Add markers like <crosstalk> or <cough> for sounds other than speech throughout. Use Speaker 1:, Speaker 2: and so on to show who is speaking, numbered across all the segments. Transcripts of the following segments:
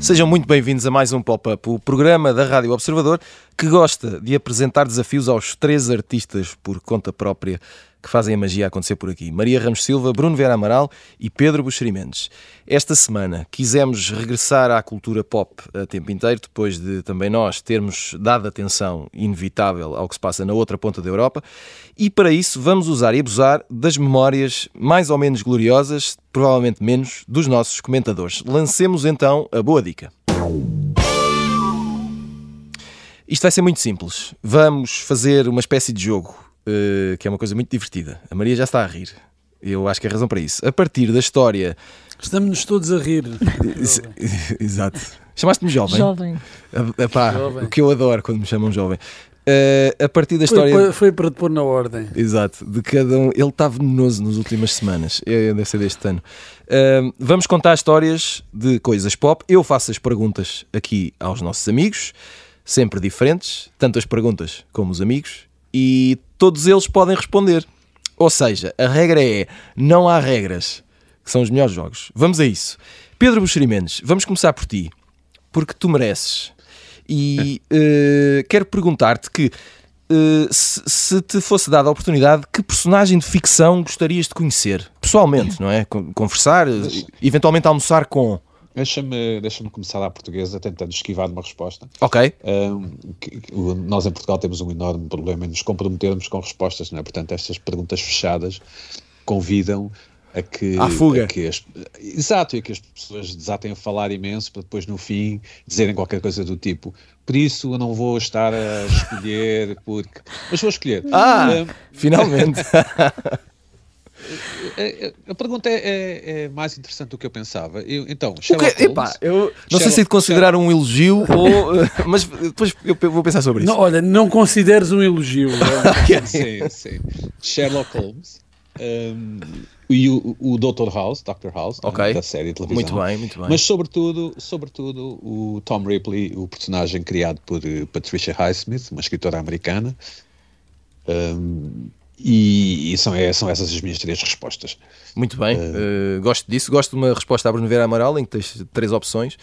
Speaker 1: Sejam muito bem-vindos a mais um Pop-Up, o programa da Rádio Observador que gosta de apresentar desafios aos três artistas por conta própria que fazem a magia acontecer por aqui: Maria Ramos Silva, Bruno Vera Amaral e Pedro Buxeri Mendes. Esta semana quisemos regressar à cultura pop a tempo inteiro, depois de também nós termos dado atenção inevitável ao que se passa na outra ponta da Europa, e para isso vamos usar e abusar das memórias mais ou menos gloriosas, provavelmente menos, dos nossos comentadores. Lancemos então a boa dica. Isto vai ser muito simples. Vamos fazer uma espécie de jogo Uh, que é uma coisa muito divertida. A Maria já está a rir. Eu acho que é razão para isso. A partir da história.
Speaker 2: Estamos-nos todos a rir.
Speaker 1: Ex- <laughs> Exato. Chamaste-me jovem.
Speaker 3: Jovem.
Speaker 1: Ah, ah, pá,
Speaker 2: Jovem.
Speaker 1: O que eu adoro quando me chamam jovem. Uh, a partir da
Speaker 2: Foi,
Speaker 1: história.
Speaker 2: pa- foi para te pôr na ordem.
Speaker 1: Exato, de cada um. Ele está venenoso nas últimas semanas, É, deve ser deste ano. Ahm, vamos contar histórias de coisas pop. Eu faço as perguntas aqui aos nossos amigos, sempre diferentes, tanto as perguntas como os amigos, e todos eles podem responder. Ou seja, a regra é: não há regras, que são os melhores jogos. Vamos a isso. Pedro Buxeri Mendes, vamos começar por ti, porque tu mereces. E eh, quero perguntar-te que eh, se, se te fosse dada a oportunidade, que personagem de ficção gostarias de conhecer? Pessoalmente, não é? Con- Conversar, eh, eventualmente almoçar com.
Speaker 4: Deixa-me deixa começar à portuguesa, tentando esquivar uma resposta.
Speaker 1: Ok,
Speaker 4: Ahm, que- que o- nós em Portugal temos um enorme problema em nos comprometermos com respostas, não é? Portanto, estas perguntas fechadas convidam a que,
Speaker 1: À fuga.
Speaker 4: a que as, exato, e a que as pessoas desatem a falar imenso para depois no fim dizerem qualquer coisa do tipo. Por isso eu não vou estar a escolher, porque. Mas vou escolher.
Speaker 1: Ah!
Speaker 4: Ahm,
Speaker 1: finalmente.
Speaker 4: a- a- a pergunta é, é- é mais interessante do que eu pensava. Eu- então,
Speaker 1: O que- é- <laughs>
Speaker 4: Sherlock
Speaker 1: epá,
Speaker 4: Holmes-
Speaker 1: eu não sei se é de considerar um elogio ou. eh, Mas depois eu pe- vou pensar sobre isso.
Speaker 2: Não, olha, não consideres um elogio.
Speaker 4: sim, sim. Sherlock Holmes um, e o, o Dr. House, Dr. House, não é?
Speaker 1: Ok.
Speaker 4: da série de televisão.
Speaker 1: Muito bem, muito bem.
Speaker 4: Mas sobretudo, sobretudo o Tom Ripley, o personagem criado por eh, Patricia Highsmith, uma escritora americana. Um, e e são, é- são essas as minhas três respostas.
Speaker 1: Muito bem, eh, gosto disso. Gosto de uma resposta à Bruno Vera Amaral, em que tens três opções.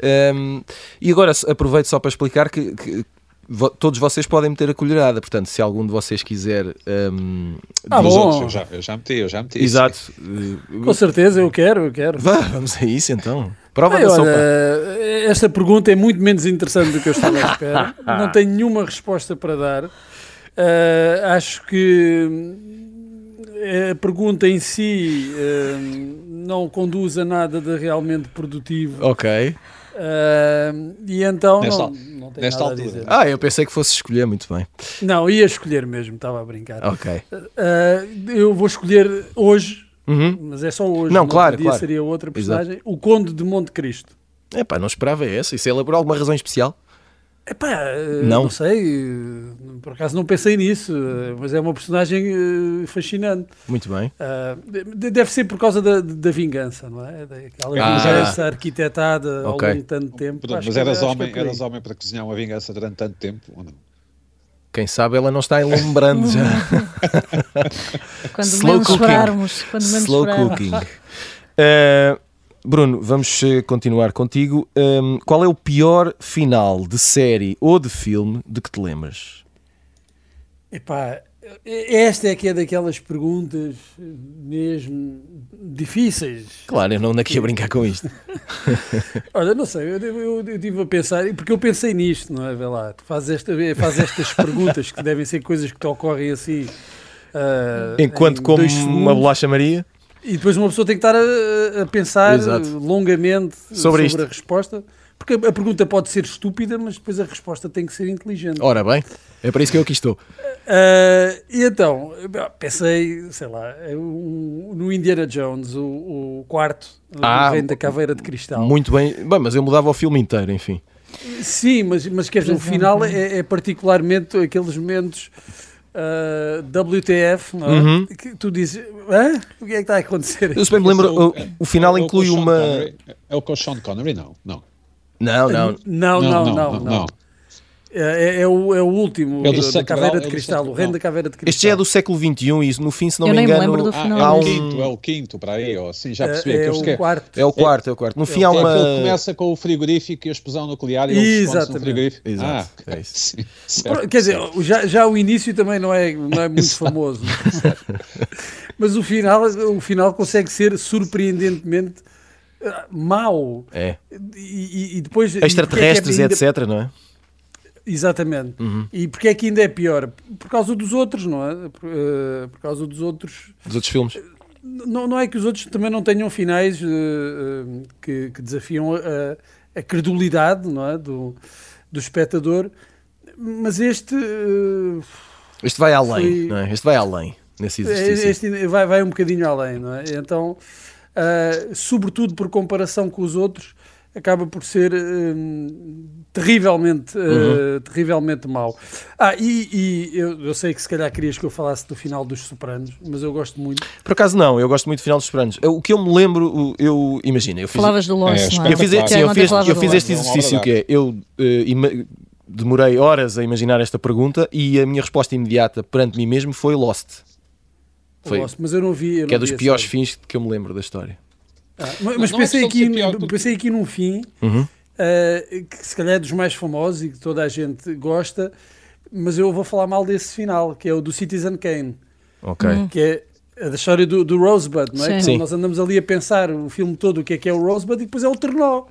Speaker 1: Ehm, e agora s- aproveito só para explicar que, que vo- todos vocês podem meter a colherada, portanto, se algum de vocês quiser. ehm,
Speaker 2: Ah,
Speaker 4: Dos
Speaker 2: bom.
Speaker 4: outros, eu já, eu já meti, eu já meti.
Speaker 1: Exato. eh,
Speaker 2: Com certeza, eu quero, eu quero.
Speaker 1: vá, vamos a isso então. Prova
Speaker 2: Bem,
Speaker 1: da
Speaker 2: olha,
Speaker 1: sopa.
Speaker 2: esta pergunta é muito menos interessante do que eu estava à espera. Não tenho nenhuma resposta para dar. Ah, acho que hum, a pergunta em si hum, não conduz a nada de realmente
Speaker 1: Oh.
Speaker 2: produtivo.
Speaker 1: Ok.
Speaker 2: Ah, e então
Speaker 4: Nesta-
Speaker 2: não, não tenho
Speaker 4: nesta
Speaker 2: nada a
Speaker 4: altura.
Speaker 2: dizer.
Speaker 1: Ah, eu pensei que fosse escolher, muito bem.
Speaker 2: Não, ia escolher mesmo, estava a brincar.
Speaker 1: Ok.
Speaker 2: Ah, eu vou escolher hoje,
Speaker 1: Uhum.
Speaker 2: mas é só hoje.
Speaker 1: Não,
Speaker 2: no outro
Speaker 1: claro,
Speaker 2: dia
Speaker 1: claro.
Speaker 2: seria outra personagem. O Conde de Monte Cristo.
Speaker 1: Epá, não esperava essa. Isso é por alguma razão especial?
Speaker 2: Epá, eh,
Speaker 1: Não.
Speaker 2: não. sei, eh, por acaso não pensei nisso, eh, mas é uma personagem eh, fascinante.
Speaker 1: Muito bem.
Speaker 2: Ah, de- Deve ser por causa da, da vingança, não é? Daquela
Speaker 1: Ah.
Speaker 2: vingança arquitetada ao
Speaker 1: Ok.
Speaker 2: longo de tanto tempo.
Speaker 4: Pronto,
Speaker 2: Acho
Speaker 4: Oh, mas
Speaker 2: que-
Speaker 4: eras
Speaker 2: acho que é
Speaker 4: homem,
Speaker 2: por aí.
Speaker 4: eras homem para cozinhar uma vingança durante tanto tempo ou não?
Speaker 1: Quem sabe ela não está em
Speaker 2: <laughs>
Speaker 1: Lombrando já.
Speaker 3: Quando
Speaker 1: Slow
Speaker 3: menos
Speaker 1: cooking.
Speaker 3: esperarmos. Quando menos
Speaker 1: Slow
Speaker 3: esperarmos.
Speaker 1: cooking. Uh, Bruno, vamos eh, continuar contigo. Um, qual é o pior final de série ou de filme de que te lembras?
Speaker 2: Epá, esta é que é daquelas perguntas eh, mesmo difíceis.
Speaker 1: Claro, eu não ando aqui a brincar com isto.
Speaker 2: Olha, não sei, eu, eu, eu estive a pensar, porque eu pensei nisto, não é? Vê lá, tu fazes, esta, fazes estas perguntas que devem ser coisas que te ocorrem assim. ah,
Speaker 1: <laughs> Enquanto
Speaker 2: em
Speaker 1: como
Speaker 2: dois segundos,
Speaker 1: uma bolacha Maria.
Speaker 2: E depois uma pessoa tem que estar a, a pensar
Speaker 1: Exato.
Speaker 2: longamente
Speaker 1: Sobre
Speaker 2: sobre,
Speaker 1: isto.
Speaker 2: a resposta. Porque a, a pergunta pode ser estúpida, mas depois a resposta tem que ser inteligente.
Speaker 1: Ora bem, é para isso que eu aqui estou.
Speaker 2: Ah, e então, bem, pensei, sei lá, um- no Indiana Jones, o, o quarto,
Speaker 1: Ah,
Speaker 2: o Reino da Caveira de Cristal.
Speaker 1: Muito bem. Bem, mas eu mudava o filme inteiro, enfim.
Speaker 2: Sim, mas, mas quer dizer, o final é, é particularmente aqueles momentos ah, ah, WTF, não é?
Speaker 1: Uhum.
Speaker 2: Que tu dizes, Hã? o que é que está a acontecer?
Speaker 1: Eu se bem me lembro,
Speaker 4: Mas
Speaker 1: o, o final
Speaker 4: É o com o
Speaker 1: inclui
Speaker 4: Sean
Speaker 1: uma.
Speaker 4: Connery- É o com o Sean Connery, não. Não,
Speaker 1: Não, não.
Speaker 2: Não, não, não, não. É, é o, é o último,
Speaker 4: É o do
Speaker 2: da
Speaker 4: Santo
Speaker 2: Caveira
Speaker 4: Graal, é
Speaker 2: de
Speaker 4: o do
Speaker 2: Cristal,
Speaker 4: Santo
Speaker 2: o reino
Speaker 4: Graal.
Speaker 2: da Caveira de Cristal.
Speaker 1: Este já é do século XXI e isso, no fim, se não
Speaker 3: Eu
Speaker 1: me
Speaker 3: nem me
Speaker 1: engano.
Speaker 3: lembro do
Speaker 4: Ah,
Speaker 3: Afinal,
Speaker 4: é o
Speaker 1: há um-
Speaker 4: quinto, é o quinto, para aí, ó, sim, já percebi.
Speaker 2: É, é
Speaker 4: aqueles que
Speaker 2: o quarto.
Speaker 1: É o quarto, é o quarto. No fim há
Speaker 4: É
Speaker 1: uma.
Speaker 4: aquele que começa com o frigorífico e a explosão nuclear e ele esconde-se
Speaker 2: Exatamente.
Speaker 4: no frigorífico.
Speaker 1: Exato,
Speaker 4: Ah,
Speaker 1: é isso.
Speaker 4: <laughs> sim, certo.
Speaker 2: Pro- Quer dizer, já, já o início também não é, não é muito famoso. <laughs> Mas o final, o final consegue ser surpreendentemente ah, mau.
Speaker 1: É.
Speaker 2: E, e- e depois. e porque <laughs> é que é
Speaker 1: Extraterrestres,
Speaker 2: ainda-
Speaker 1: etc., não é?
Speaker 2: Exatamente. E porque é que ainda é pior? Por causa dos outros, não é? Por, eh, por causa dos outros.
Speaker 1: Dos outros filmes.
Speaker 2: N- Não, não é que os outros também não tenham finais eh, eh, que, que desafiam a, a credulidade não é? do, do espectador, mas este. eh,
Speaker 1: Este vai além,
Speaker 2: Foi-
Speaker 1: não é? Este vai além nesse
Speaker 2: É
Speaker 1: exercício.
Speaker 2: Este ainda vai, vai um bocadinho além, não é? Então, ah, sobretudo por comparação com os outros, acaba por ser hum, terrivelmente, ah,
Speaker 1: Uhum.
Speaker 2: terrivelmente mau. Ah, e, e eu, eu sei que se calhar querias que eu falasse do final dos Sopranos, mas eu gosto muito.
Speaker 1: Por acaso, não, eu gosto muito do final dos Sopranos. Eu- O que eu me lembro, o- eu. Imagina, eu fiz.
Speaker 3: Falavas do
Speaker 4: É,
Speaker 3: Lost, não é?
Speaker 1: Eu fiz,
Speaker 4: Claro.
Speaker 1: sim,
Speaker 3: Tiago,
Speaker 1: eu
Speaker 3: não
Speaker 1: fiz,
Speaker 3: falavas
Speaker 1: eu
Speaker 3: do
Speaker 1: fiz
Speaker 3: Lost.
Speaker 1: este
Speaker 4: É uma obra
Speaker 1: exercício
Speaker 4: de
Speaker 1: que é: eu eh, ima- demorei horas a imaginar esta pergunta e a minha resposta imediata perante mim mesmo foi Lost,
Speaker 2: Eu
Speaker 1: Foi.
Speaker 2: gosto, mas eu não vi. eu
Speaker 1: que é
Speaker 2: não
Speaker 1: dos
Speaker 2: vi a
Speaker 1: piores
Speaker 2: série.
Speaker 1: fins que eu me lembro da história.
Speaker 2: Ah, mas
Speaker 4: Não
Speaker 2: mas
Speaker 4: é
Speaker 2: pensei,
Speaker 4: questão de ser
Speaker 2: aqui,
Speaker 4: pior, porque-
Speaker 2: pensei aqui num fim
Speaker 1: Uhum.
Speaker 2: ah, que se calhar é dos mais famosos e que toda a gente gosta, mas eu vou falar mal desse final, que é o do Citizen Kane.
Speaker 1: Ok.
Speaker 3: Hum.
Speaker 2: que é a da história do, do Rosebud, não é?
Speaker 3: Sim.
Speaker 2: Que
Speaker 1: Hum. Sim.
Speaker 2: Nós andamos ali a pensar o filme todo, o que é que é o Rosebud, e depois é o Ternó.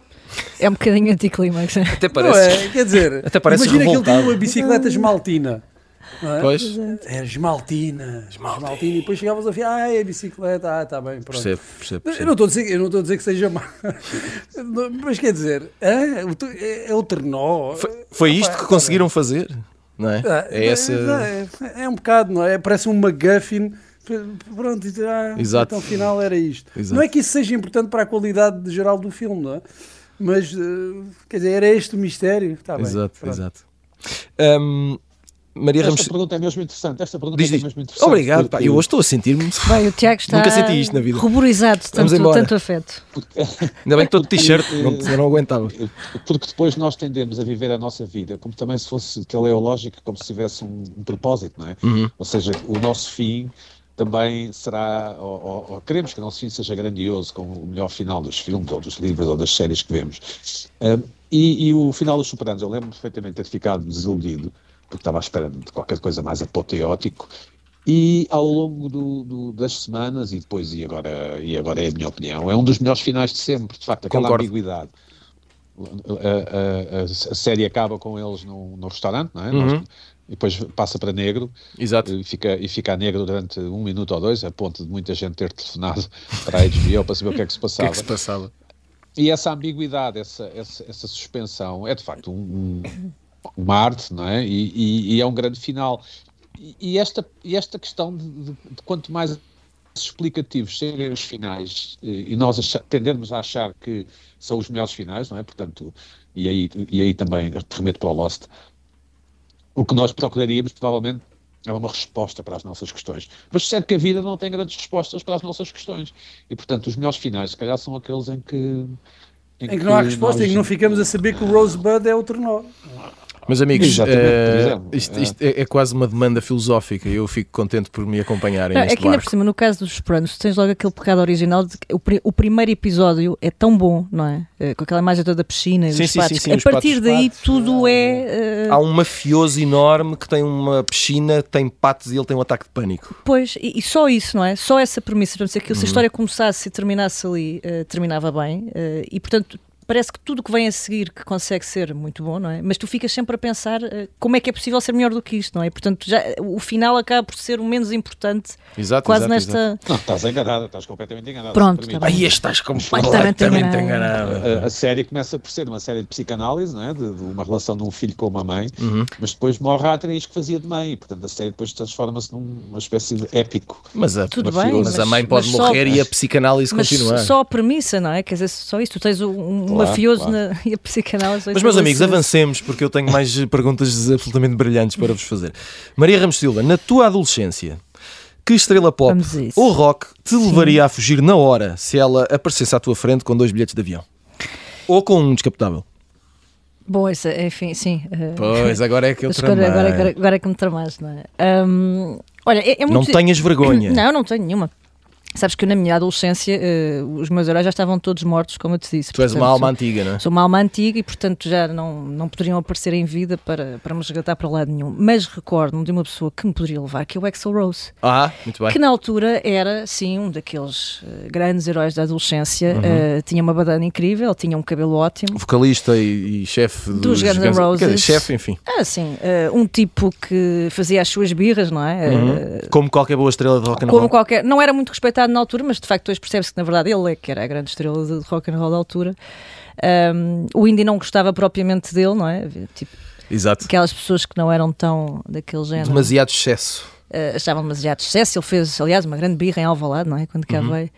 Speaker 3: É um
Speaker 1: <laughs>
Speaker 3: bocadinho anticlimax.
Speaker 1: Até
Speaker 2: Não
Speaker 1: parece.
Speaker 2: é? Quer
Speaker 1: <laughs>
Speaker 2: dizer,
Speaker 1: Até parece
Speaker 2: imagina que ele
Speaker 1: revoltado.
Speaker 2: tinha uma bicicleta esmaltina. não é?
Speaker 1: Pois,
Speaker 2: É esmaltina, esmaltina. E depois chegavas a ver, ah, é a bicicleta, ah, está bem, pronto.
Speaker 1: percebo, percebo.
Speaker 2: Eu
Speaker 1: percebo.
Speaker 2: não estou a dizer, eu não estou a dizer que seja má. <laughs> Não, Mas quer dizer, é, o te- é, é o Ternó.
Speaker 1: Foi, foi isto que conseguiram fazer, não é?
Speaker 2: Ah,
Speaker 1: É essa.
Speaker 2: é, é um bocado, não é? Parece um McGuffin. Pronto, e- ah,
Speaker 1: Exato.
Speaker 2: então final era isto.
Speaker 1: Exato.
Speaker 2: Não é que isso seja importante para a qualidade de- geral do filme, não é? Mas, eh, quer dizer, era este o mistério. Está bem,
Speaker 1: Exato,
Speaker 2: pronto.
Speaker 1: exato. Hum, Maria
Speaker 4: Esta
Speaker 1: Ramos.
Speaker 4: pergunta é mesmo interessante. Esta pergunta
Speaker 1: Diz,
Speaker 4: é
Speaker 1: diz.
Speaker 4: mesmo interessante.
Speaker 1: Obrigado, pá.
Speaker 4: porque-
Speaker 1: Eu hoje estou a sentir-me.
Speaker 3: Bem, o Tiago está
Speaker 1: Nunca senti isto na vida.
Speaker 3: ruborizado de
Speaker 1: Vamos
Speaker 3: tanto,
Speaker 1: embora.
Speaker 3: tanto afeto.
Speaker 1: Ainda bem que estou de <laughs> t-shirt,
Speaker 4: Eh,
Speaker 1: não, senão não aguentava.
Speaker 4: Porque depois nós tendemos a viver a nossa vida como também se fosse teleológica, é como se tivesse um, um propósito, não é? Ou seja, o nosso fim também será, ou, ou- ou queremos que o nosso fim seja grandioso, com o melhor final dos filmes, ou dos livros, ou das séries que vemos. Ahm, e, e o final dos Sopranos, eu lembro perfeitamente de ter ficado desiludido, porque estava à espera de qualquer coisa mais apoteótico, e ao longo do- do- das semanas, e depois, e agora, e agora é a minha opinião, é um dos melhores finais de sempre, de facto, aquela
Speaker 1: Concordo.
Speaker 4: ambiguidade. A, a- a- a série acaba com eles num, num restaurante, não é? Nós- e depois passa para negro
Speaker 1: Exato.
Speaker 4: e fica, e fica a negro durante um minuto ou dois, a ponto de muita gente ter telefonado <laughs> para a HBO para saber o que é que se
Speaker 1: O que
Speaker 4: passava.
Speaker 1: é que se passava?
Speaker 4: E essa ambiguidade, essa, essa, essa suspensão, é de facto um, um- uma arte, não é? E, e- e é um grande final. E, e esta, e esta questão de, de- de quanto mais explicativos serem os finais, eh, e nós acha- tendermos a achar que são os melhores finais, não é? Portanto, e aí, e aí também remeto para o Lost, o que nós procuraríamos provavelmente é uma resposta para as nossas questões. Mas certo que a vida não tem grandes respostas para as nossas questões. E, portanto, os melhores finais, se calhar, são aqueles em que.
Speaker 2: Em que não há resposta, em que não ficamos a saber que o Rosebud é o Ternó.
Speaker 1: Meus amigos,
Speaker 4: Exatamente,
Speaker 1: eh,
Speaker 4: por exemplo.
Speaker 1: isto, isto é, é quase uma demanda filosófica e eu fico contente por me acompanharem
Speaker 3: Não, é
Speaker 1: neste
Speaker 3: que ainda por
Speaker 1: barco.
Speaker 3: cima, no caso dos Sopranos, tu tens logo aquele pecado original de que o, pri- o primeiro episódio é tão bom, não é? Eh, Com aquela imagem toda da piscina e
Speaker 1: Sim,
Speaker 3: dos
Speaker 1: sim,
Speaker 3: patos.
Speaker 1: sim, sim, os
Speaker 3: a partir
Speaker 1: patos. Ah,
Speaker 3: daí tudo é. eh,
Speaker 1: Há um mafioso enorme que tem uma piscina, tem patos e ele tem um ataque de pânico.
Speaker 3: Pois, e, e só isso, não é? Só essa premissa. Portanto, se, aquilo,
Speaker 1: Uhum.
Speaker 3: se a história começasse e terminasse ali, eh, terminava bem. eh, e, portanto, parece que tudo o que vem a seguir que consegue ser muito bom, não é? Mas tu ficas sempre a pensar eh, como é que é possível ser melhor do que isto, não é? Portanto, já, o final acaba por ser o menos importante,
Speaker 1: Exato,
Speaker 3: quase
Speaker 1: exato,
Speaker 3: nesta.
Speaker 1: exato.
Speaker 4: Não, estás enganada, estás completamente enganada.
Speaker 3: Pronto, é.
Speaker 4: se me
Speaker 3: tá bem.
Speaker 4: permite.
Speaker 1: Aí estás
Speaker 3: Completamente
Speaker 1: completamente
Speaker 3: enganado.
Speaker 1: enganado.
Speaker 4: A, a série começa por ser uma série de psicanálise, não é? de, de uma relação de um filho com uma mãe,
Speaker 1: Uhum.
Speaker 4: mas depois morre a atriz que fazia de mãe, e, portanto a série depois transforma-se numa espécie de épico.
Speaker 1: Mas a,
Speaker 3: Tudo
Speaker 1: mas
Speaker 3: bem,
Speaker 1: a mãe
Speaker 3: mas-
Speaker 1: pode
Speaker 3: mas só-
Speaker 1: morrer e a psicanálise
Speaker 3: Mas
Speaker 1: continuar.
Speaker 3: só a premissa, não é? Quer dizer, só isso. Tu tens um- um-
Speaker 4: Claro,
Speaker 3: mafioso
Speaker 4: claro.
Speaker 3: Na, <laughs> e a psicanálise. é
Speaker 1: Mas, meus amigos, avancemos, porque eu tenho mais <laughs> perguntas absolutamente brilhantes para vos fazer. Maria Ramos Silva, na tua adolescência, que estrela pop
Speaker 3: Vamos a isso.
Speaker 1: ou rock te levaria a fugir na hora se ela aparecesse à tua frente com dois bilhetes de avião? Ou com um descapotável?
Speaker 3: Bom, isso, enfim, sim. eh,
Speaker 1: Pois, agora é que eu
Speaker 3: Mas agora,
Speaker 1: tramei.
Speaker 3: agora, agora, agora é que me tramaste, não é? Ahm, olha, é, é
Speaker 1: Não
Speaker 3: muito-
Speaker 1: tenhas vergonha.
Speaker 3: <laughs> <coughs> Não, não tenho nenhuma. Sabes que eu, na minha adolescência eh, os meus heróis já estavam todos mortos, como eu te disse.
Speaker 1: Tu és uma
Speaker 3: portanto,
Speaker 1: alma antiga, não é?
Speaker 3: Sou, sou uma alma antiga e, portanto, já não, não poderiam aparecer em vida para, para me resgatar para lado nenhum. Mas recordo-me de uma pessoa que me poderia levar, que é o Axel Rose
Speaker 1: Ah, muito bem.
Speaker 3: que na altura era, sim, um daqueles eh, grandes heróis da adolescência.
Speaker 1: Uhum.
Speaker 3: Eh, tinha uma badana incrível, tinha um cabelo ótimo.
Speaker 1: Vocalista e, e chefe dos,
Speaker 3: Dos Guns N'
Speaker 1: quer dizer,
Speaker 3: Roses.
Speaker 1: Chefe, enfim.
Speaker 3: Ah, sim, eh, um tipo que fazia as suas birras, não é? Eh,
Speaker 1: Uhum. Como qualquer boa estrela de rock and
Speaker 3: Como
Speaker 1: roll.
Speaker 3: qualquer, não era muito respeitado na altura, mas de facto hoje percebe-se que na verdade ele é que era a grande estrela de rock and roll da altura. Ahm, o Indy não gostava propriamente dele, não é? Tipo,
Speaker 1: Exato.
Speaker 3: aquelas pessoas que não eram tão daquele género
Speaker 1: Demasiado excesso.
Speaker 3: eh, achavam demasiado sucesso. Ele fez, aliás, uma grande birra em Alvalade, não é? Quando cá veio.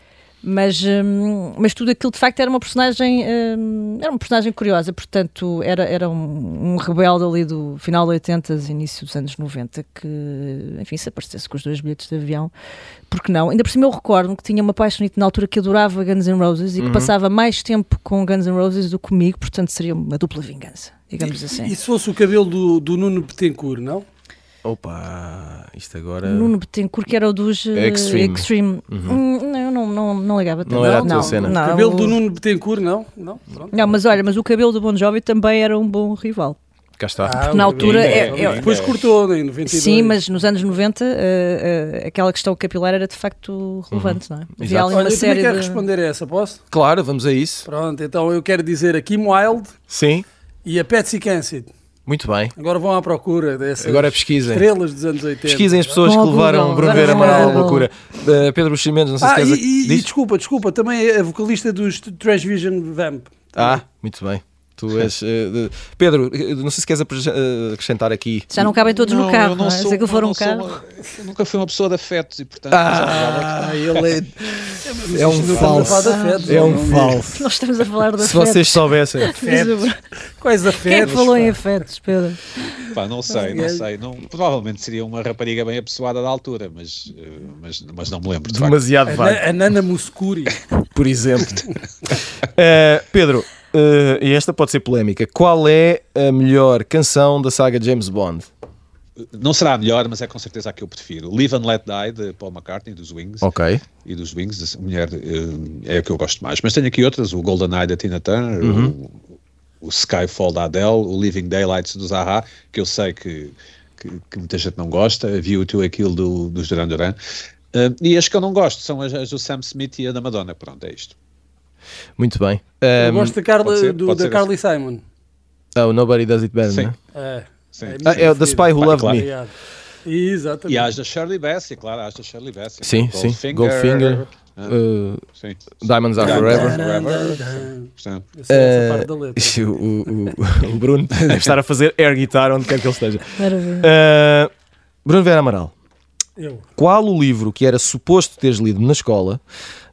Speaker 3: Mas, hum, mas tudo aquilo de facto era uma personagem hum, era uma personagem curiosa, portanto era, era um, um rebelde ali do final de 80 início dos anos 90 que, enfim, se aparecesse com os dois bilhetes de avião, porque não? Ainda por cima eu recordo-me que tinha uma paixonite na altura que adorava Guns N' Roses e que passava mais tempo com Guns N' Roses do que comigo, portanto seria uma dupla vingança, digamos assim.
Speaker 2: E se fosse o cabelo do, do Nuno Betancourt, não?
Speaker 1: Opa, isto agora.
Speaker 3: Nuno Betancourt, que era o dos eh,
Speaker 1: Extreme. Uhum.
Speaker 3: Extreme. Hum, não, eu não, não, não ligava tanto.
Speaker 1: Não era a tua cena.
Speaker 3: não,
Speaker 2: O cabelo do
Speaker 3: o-
Speaker 2: Nuno Betancourt, não? Não, pronto.
Speaker 3: Não, mas olha, mas o cabelo do Bon Jovi também era um bom rival.
Speaker 1: Cá está.
Speaker 2: Ah,
Speaker 3: na
Speaker 2: o
Speaker 3: altura
Speaker 2: cabelo.
Speaker 3: é- é-
Speaker 2: Depois cortou, né, em 92.
Speaker 3: Sim, mas nos anos 90 eh, eh, aquela questão capilar era de facto relevante, não é? Havia
Speaker 1: Uhum. Exato.
Speaker 3: ali uma
Speaker 2: Olha, eu também
Speaker 3: série
Speaker 2: quero
Speaker 3: de...
Speaker 2: responder a essa, posso?
Speaker 1: Claro, vamos a isso.
Speaker 2: Pronto, então eu quero dizer a Kim Wilde
Speaker 1: Sim,
Speaker 2: e a Patsy Kensit.
Speaker 1: muito bem.
Speaker 2: Agora vão à procura dessas
Speaker 1: Agora pesquisem.
Speaker 2: estrelas dos anos 80.
Speaker 1: Pesquisem as pessoas
Speaker 3: Vão
Speaker 1: que
Speaker 3: ao Google,
Speaker 1: levaram Bruno
Speaker 3: agora
Speaker 1: Vera
Speaker 3: vão ao
Speaker 1: Amaral à
Speaker 3: Google.
Speaker 1: loucura. Uh, Pedro Buximentos, não sei se
Speaker 2: Ah,
Speaker 1: queres.
Speaker 2: e,
Speaker 1: a-
Speaker 2: e- e
Speaker 1: diz?
Speaker 2: desculpa, desculpa, também é a vocalista dos Trash Vision Vamp.
Speaker 1: Ah, muito bem. Tu
Speaker 2: <laughs>
Speaker 1: és. uh, de- Pedro, uh, não sei se queres apres- uh, acrescentar aqui.
Speaker 3: Já não cabem todos no carro,
Speaker 4: eu
Speaker 3: não, é?
Speaker 4: sou-
Speaker 3: Se aquilo for um
Speaker 4: eu não sou
Speaker 3: carro...
Speaker 4: uma- eu nunca fui uma pessoa de afetos e, portanto,
Speaker 1: Ah, ele é. É um
Speaker 2: Não estamos
Speaker 1: falso.
Speaker 2: a falar de afetos,
Speaker 1: É
Speaker 2: não,
Speaker 1: um
Speaker 2: não.
Speaker 1: falso.
Speaker 3: <laughs> Nós estamos a falar da
Speaker 1: Se é vocês
Speaker 2: <laughs>
Speaker 1: soubessem.
Speaker 2: É Quais
Speaker 3: Quem é que
Speaker 2: afetos?
Speaker 3: falou em afetos, Pedro?
Speaker 4: Pá, não sei, não sei. Não, provavelmente seria uma rapariga bem apessoada da altura, mas, eh, mas, mas não me lembro. De facto.
Speaker 1: Demasiado
Speaker 2: A,
Speaker 1: vago.
Speaker 2: Na- a Nana Muscuri.
Speaker 1: por <laughs> exemplo. Uh, Pedro, uh, e esta pode ser polémica. Qual é a melhor canção da saga James Bond?
Speaker 4: Não será a melhor, mas é com certeza a que eu prefiro. Live and Let Die, de Paul McCartney, dos Wings.
Speaker 1: Ok.
Speaker 4: E dos Wings, a mulher eh, é a que eu gosto mais. Mas tenho aqui outras: o Golden Eye da Tina Turner,
Speaker 1: Uhum.
Speaker 4: o, o Skyfall da Adele, o Living Daylights do Zaha, que eu sei que, que, que muita gente não gosta. Vi o teu aquilo do, dos Duran Duran. Eh, e as que eu não gosto são as, as do Sam Smith e a da Madonna. Pronto, é isto.
Speaker 1: Muito bem.
Speaker 2: Eu
Speaker 1: Um,
Speaker 2: gosto da, Carla,
Speaker 4: pode ser,
Speaker 2: do-
Speaker 4: pode
Speaker 2: da
Speaker 4: ser
Speaker 2: Carly Simon.
Speaker 1: Oh, Nobody Does It Better,
Speaker 4: Sim.
Speaker 1: né?
Speaker 2: É,
Speaker 4: Sim.
Speaker 2: é a
Speaker 1: Ah,
Speaker 2: minha
Speaker 1: é o The
Speaker 2: preferida.
Speaker 1: Spy Who
Speaker 4: Pá,
Speaker 1: Loved
Speaker 4: claro.
Speaker 1: Me.
Speaker 2: Obrigado. Exatamente.
Speaker 4: E as da Shirley Bassey, claro, as da Shirley Bassey.
Speaker 1: Sim, sim. Goldfinger. Uh,
Speaker 4: Sim.
Speaker 1: Diamonds Are Forever.
Speaker 4: Portanto,
Speaker 2: Eu sei essa parte da letra.
Speaker 1: Uh, <laughs> o, o- o Bruno <laughs> deve estar a fazer air guitar onde quer que ele esteja. <laughs>
Speaker 3: Maravilha.
Speaker 1: Uh, Bruno Vera Amaral,
Speaker 2: Eu.
Speaker 1: qual o livro que era suposto teres lido na escola,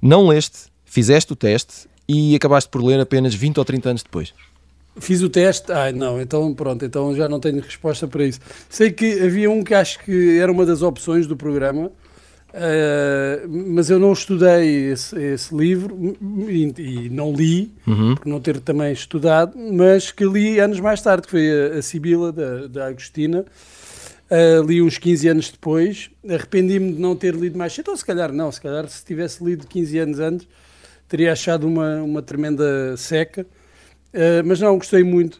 Speaker 1: não leste, fizeste o teste e acabaste por ler apenas 20 ou 30 anos depois?
Speaker 2: Fiz o teste. Ai, não, então pronto, então já não tenho resposta para isso. Sei que havia um que acho que era uma das opções do programa, eh, mas eu não estudei esse, esse livro e, e não li, por não ter também estudado, mas que li anos mais tarde, que foi a, a Sibila, da, da Agostina. Eh, li uns 15 anos depois, arrependi-me de não ter lido mais cedo, ou se calhar não, se calhar se tivesse lido 15 anos antes, teria achado uma, uma tremenda seca. Uh, mas não, gostei muito.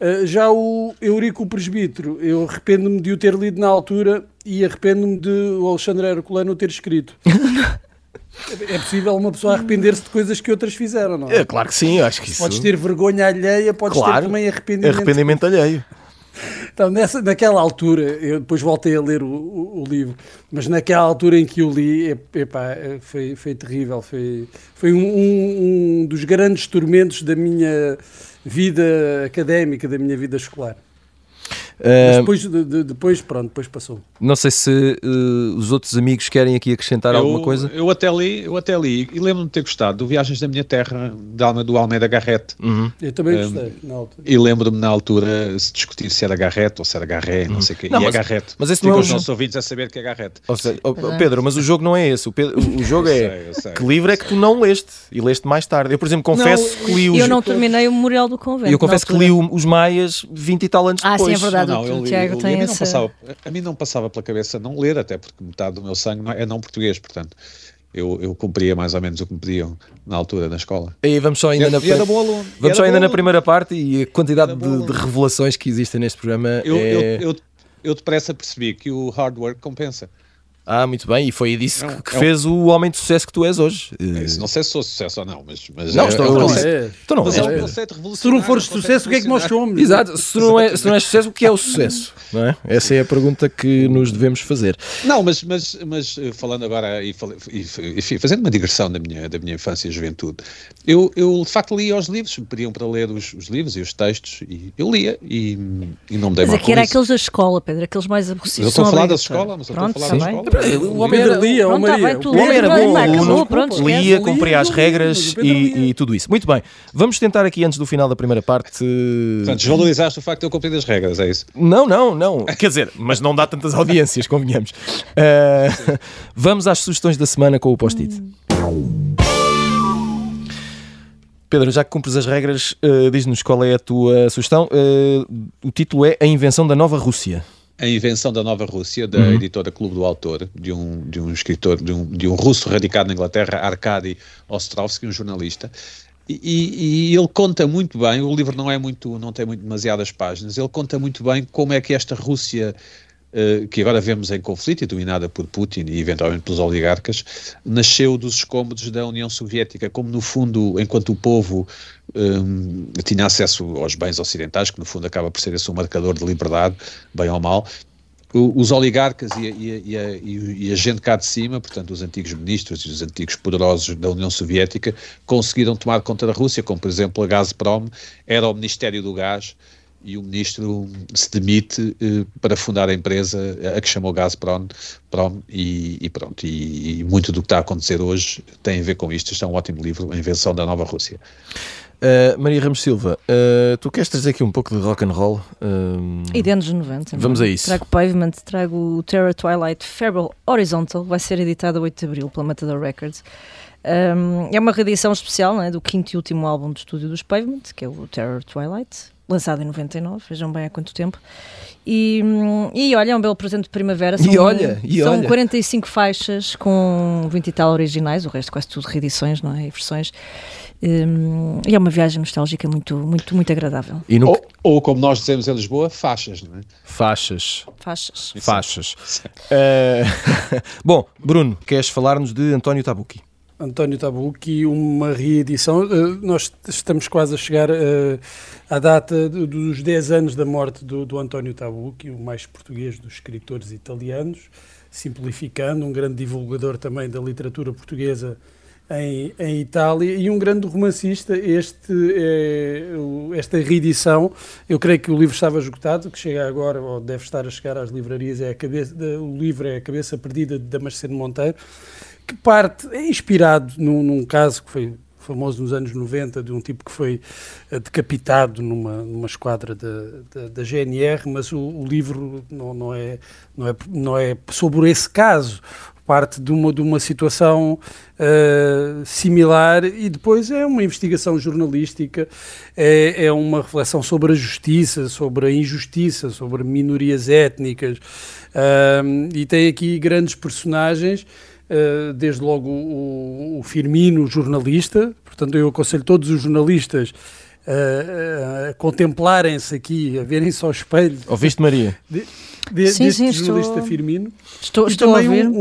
Speaker 2: Uh, já o Eurico Presbítero, eu arrependo-me de o ter lido na altura e arrependo-me de o Alexandre Herculano o ter escrito. é possível uma pessoa arrepender-se de coisas que outras fizeram, não é?
Speaker 1: claro que sim, eu acho que isso.
Speaker 2: Podes ter vergonha alheia, podes ter
Speaker 1: Claro.
Speaker 2: também arrependimento.
Speaker 1: Arrependimento alheio.
Speaker 2: Então, nessa, naquela altura, eu depois voltei a ler o, o- o livro, mas naquela altura em que o li, ep- epá, eh, foi, foi terrível. Foi, foi um, um- um dos grandes tormentos da minha vida académica, da minha vida escolar. Mas
Speaker 1: Ah,
Speaker 2: depois, de- de- depois, pronto, depois passou.
Speaker 1: Um, não sei se eh, os outros amigos querem aqui acrescentar alguma coisa.
Speaker 4: Eu até li, eu até li e lembro-me de ter gostado do Viagens da Minha Terra, da Alma do Almeida Garrett.
Speaker 1: Uhum.
Speaker 2: Eu também gostei, na altura.
Speaker 4: E lembro-me na altura se discutir se era Garrett ou se era Garré,
Speaker 3: Hum.
Speaker 4: não sei o quê.
Speaker 1: Não,
Speaker 4: e
Speaker 1: mas-
Speaker 4: é Garrett.
Speaker 1: mas esse
Speaker 4: Ficam
Speaker 1: não é
Speaker 4: os
Speaker 1: um-
Speaker 4: nossos ouvintes a saber que é Garrett.
Speaker 1: Ou seja, oh, oh, Pedro, mas o jogo não é esse. O, Pedro- o jogo
Speaker 4: Eu
Speaker 1: é
Speaker 4: sei, eu sei.
Speaker 1: que livro é que tu não leste e leste mais tarde. Eu, por exemplo, confesso
Speaker 2: Não,
Speaker 1: que li os.
Speaker 3: Eu não terminei o Memorial do Convento.
Speaker 1: eu confesso
Speaker 3: na
Speaker 1: que li
Speaker 3: altura.
Speaker 1: o- os Maias 20 e tal anos
Speaker 3: Ah, sim,
Speaker 1: depois.
Speaker 3: é verdade.
Speaker 4: Não, não,
Speaker 3: o
Speaker 4: eu li,
Speaker 3: Tiago
Speaker 4: eu li,
Speaker 3: tem
Speaker 4: a, mim não
Speaker 3: essa-
Speaker 4: passava, a mim não passava pela cabeça não ler, até porque metade do meu sangue não- é não português, portanto, eu, eu cumpria mais ou menos o que me pediam na altura na escola.
Speaker 1: E aí vamos só ainda,
Speaker 4: E- é
Speaker 1: na,
Speaker 4: e era bom aluno, e
Speaker 1: vamos
Speaker 4: era
Speaker 1: só ainda
Speaker 4: bom
Speaker 1: na
Speaker 4: aluno.
Speaker 1: primeira parte e a quantidade
Speaker 4: Era bom
Speaker 1: de, de
Speaker 4: aluno.
Speaker 1: revelações que existem neste programa.
Speaker 4: é Eu,
Speaker 1: é...
Speaker 4: eu, eu, eu depressa percebi que o hard work compensa.
Speaker 1: Ah, muito bem. E foi disso
Speaker 4: Não,
Speaker 1: que, que
Speaker 4: é um- É
Speaker 1: fez o homem de sucesso que tu és hoje. Eh,
Speaker 4: Isso, não sei se sou sucesso ou não, mas, mas
Speaker 1: Não,
Speaker 4: é,
Speaker 1: estou-
Speaker 4: é um
Speaker 1: eu
Speaker 2: Não,
Speaker 1: li-
Speaker 4: conceito-
Speaker 2: é.
Speaker 1: Então não
Speaker 4: mas é um
Speaker 1: é.
Speaker 4: conceito
Speaker 2: Se tu não
Speaker 4: revolucionário,
Speaker 2: fores
Speaker 4: um conceito
Speaker 2: sucesso, o que é que nós
Speaker 4: revolucionário.
Speaker 2: somos?
Speaker 1: Exato, se não, é, se não é sucesso, o que é o sucesso? Não é? Essa é a pergunta que nos devemos fazer.
Speaker 4: Não, mas, mas, mas eh, falando agora e, fal- e, e, enfim, fazendo uma digressão da minha, da minha infância e juventude, eu, eu de facto lia os livros, me pediam para ler os, os livros e os textos, e eu lia e, e não me dei
Speaker 3: Mas
Speaker 4: mal
Speaker 3: aqui
Speaker 4: com
Speaker 3: era
Speaker 4: isso.
Speaker 3: aqueles da escola, Pedro, aqueles mais aborrecidos.
Speaker 4: Eu estou a
Speaker 3: são
Speaker 4: falar da
Speaker 3: obrigatórios.
Speaker 4: escola, mas eu estou a
Speaker 3: Pronto,
Speaker 4: falar
Speaker 3: está
Speaker 4: da
Speaker 3: bem.
Speaker 4: escola.
Speaker 1: O
Speaker 2: O Pedro lia,
Speaker 3: Pronto,
Speaker 2: o
Speaker 3: tá
Speaker 2: Maria.
Speaker 3: bem, tu
Speaker 1: O homem
Speaker 3: lês,
Speaker 1: era
Speaker 3: vai,
Speaker 1: bom
Speaker 3: vai,
Speaker 1: aluno,
Speaker 3: acabou, pronto, esquece.
Speaker 1: lia, cumpria as
Speaker 2: Lia, lia,
Speaker 1: regras
Speaker 2: o Pedro
Speaker 1: e,
Speaker 2: lia.
Speaker 1: e tudo isso. Muito bem, vamos tentar aqui antes do final da primeira parte. eh,
Speaker 4: Portanto, desvalorizaste o facto de eu cumprir as regras, é isso.
Speaker 1: Não, não, não. Quer dizer, mas não dá tantas audiências, convenhamos. Ah, vamos às sugestões da semana com o post-it. Pedro, já que cumpres as regras, ah, diz-nos qual é a tua sugestão. Ah, o título é A Invenção da Nova Rússia.
Speaker 4: A Invenção da Nova Rússia, da editora Clube do Autor, de um, de um escritor, de um, de um russo radicado na Inglaterra, Arkady Ostrovsky, um jornalista. E, e- e ele conta muito bem, o livro não é muito, não tem muito demasiadas páginas, ele conta muito bem como é que esta Rússia, eh, que agora vemos em conflito e dominada por Putin e eventualmente pelos oligarcas, nasceu dos escombros da União Soviética, como no fundo, enquanto o povo hum, tinha acesso aos bens ocidentais, que no fundo acaba por ser esse um marcador de liberdade, bem ou mal, o- os oligarcas e a, e, a, e, a, e o- e a gente cá de cima, portanto, os antigos ministros e os antigos poderosos da União Soviética, conseguiram tomar conta da Rússia, como por exemplo a Gazprom, era o Ministério do Gás e o ministro se demite eh, para fundar a empresa a que chamou Gazprom Prom, e, e pronto. E, e muito do que está a acontecer hoje tem a ver com isto. Este é um ótimo livro, A Invenção da Nova Rússia.
Speaker 1: Ah, Maria Ramos Silva, ah, tu queres trazer aqui um pouco de rock and roll? Ah,
Speaker 3: E de anos 90. não é?
Speaker 1: Vamos a isso.
Speaker 3: Trago Pavement, trago o Terra Twilight Feral Horizontal, vai ser editado a 8 de Abril pela Matador Records. Um, é uma reedição especial não é, do quinto e último álbum de estúdio dos Pavement, que é o Terror Twilight, lançado em 99, vejam bem há quanto tempo. E, hum, e olha, é um belo presente de primavera. São, um
Speaker 1: E olha, e
Speaker 3: são
Speaker 1: olha.
Speaker 3: 45 faixas com 20 e tal originais, o resto quase tudo reedições não é? e versões. Hum, e é uma viagem nostálgica muito, muito, muito agradável.
Speaker 1: E no...
Speaker 4: Ou, ou como nós dizemos em Lisboa, faixas, não é?
Speaker 1: Faixas.
Speaker 3: Faixas.
Speaker 1: Faixas. Ah, <laughs> bom, Bruno, queres falar-nos de António Tabucchi?
Speaker 2: António Tabucchi, uma reedição. Eh, nós estamos quase a chegar eh, à data do- dos 10 anos da morte do, do António Tabucchi, o mais português dos escritores italianos, simplificando, um grande divulgador também da literatura portuguesa em, em Itália e um grande romancista. Este, eh, o- esta reedição, eu creio que o livro estava esgotado, que chega agora, ou deve estar a chegar às livrarias, é a cabeça, o livro é A Cabeça Perdida de Damasceno Monteiro que parte é inspirado num, num caso que foi famoso nos anos 90 de um tipo que foi eh, decapitado numa, numa esquadra da, da, da GNR, mas o, o livro não, não, é, não, é, não é sobre esse caso. Parte de uma, de uma situação eh, similar e depois é uma investigação jornalística, é, é uma reflexão sobre a justiça, sobre a injustiça, sobre minorias étnicas ahm, e tem aqui grandes personagens Uh, desde logo o, o Firmino, o jornalista. Portanto, eu aconselho todos os jornalistas uh, uh, a contemplarem-se aqui, a verem só o espelho
Speaker 1: Ouviste, Maria?
Speaker 2: de, de,
Speaker 3: Sim,
Speaker 2: deste
Speaker 3: sim, estou-
Speaker 2: jornalista Firmino.
Speaker 3: Estou,
Speaker 2: E
Speaker 3: estou a
Speaker 2: também
Speaker 3: ouvir.
Speaker 2: Um,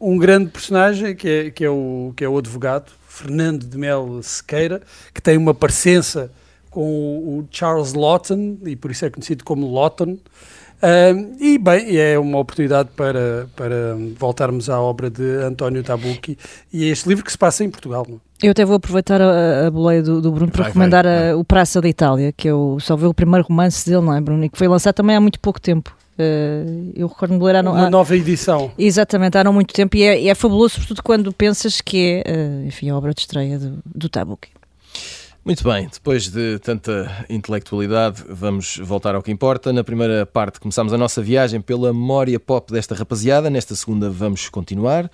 Speaker 2: um, um grande personagem que é, que, é o, que é o advogado Fernando de Mel Sequeira, que tem uma parecença com o, o Charles Lawton, e por isso é conhecido como Lawton. Ah, Um, e bem, é uma oportunidade para, para voltarmos à obra de António Tabucchi e é este livro que se passa em Portugal. não é?
Speaker 3: Eu até vou aproveitar a, a boleia do, do Bruno para
Speaker 1: Vai,
Speaker 3: recomendar
Speaker 1: vai,
Speaker 3: a-
Speaker 1: vai.
Speaker 3: o Praça da Itália, que eu só vi o primeiro romance dele, não é, Bruno? E que foi lançado também há muito pouco tempo. Eh, eu recordo-me de ler há, no-
Speaker 2: Uma
Speaker 3: há-
Speaker 2: nova edição.
Speaker 3: Exatamente, há não muito tempo e é, e é fabuloso, sobretudo quando pensas que é, eh, enfim, a obra de estreia do, do Tabucchi.
Speaker 1: Muito bem, depois de tanta intelectualidade, vamos voltar ao que importa. Na primeira parte, começámos a nossa viagem pela memória pop desta rapaziada. Nesta segunda, vamos continuar.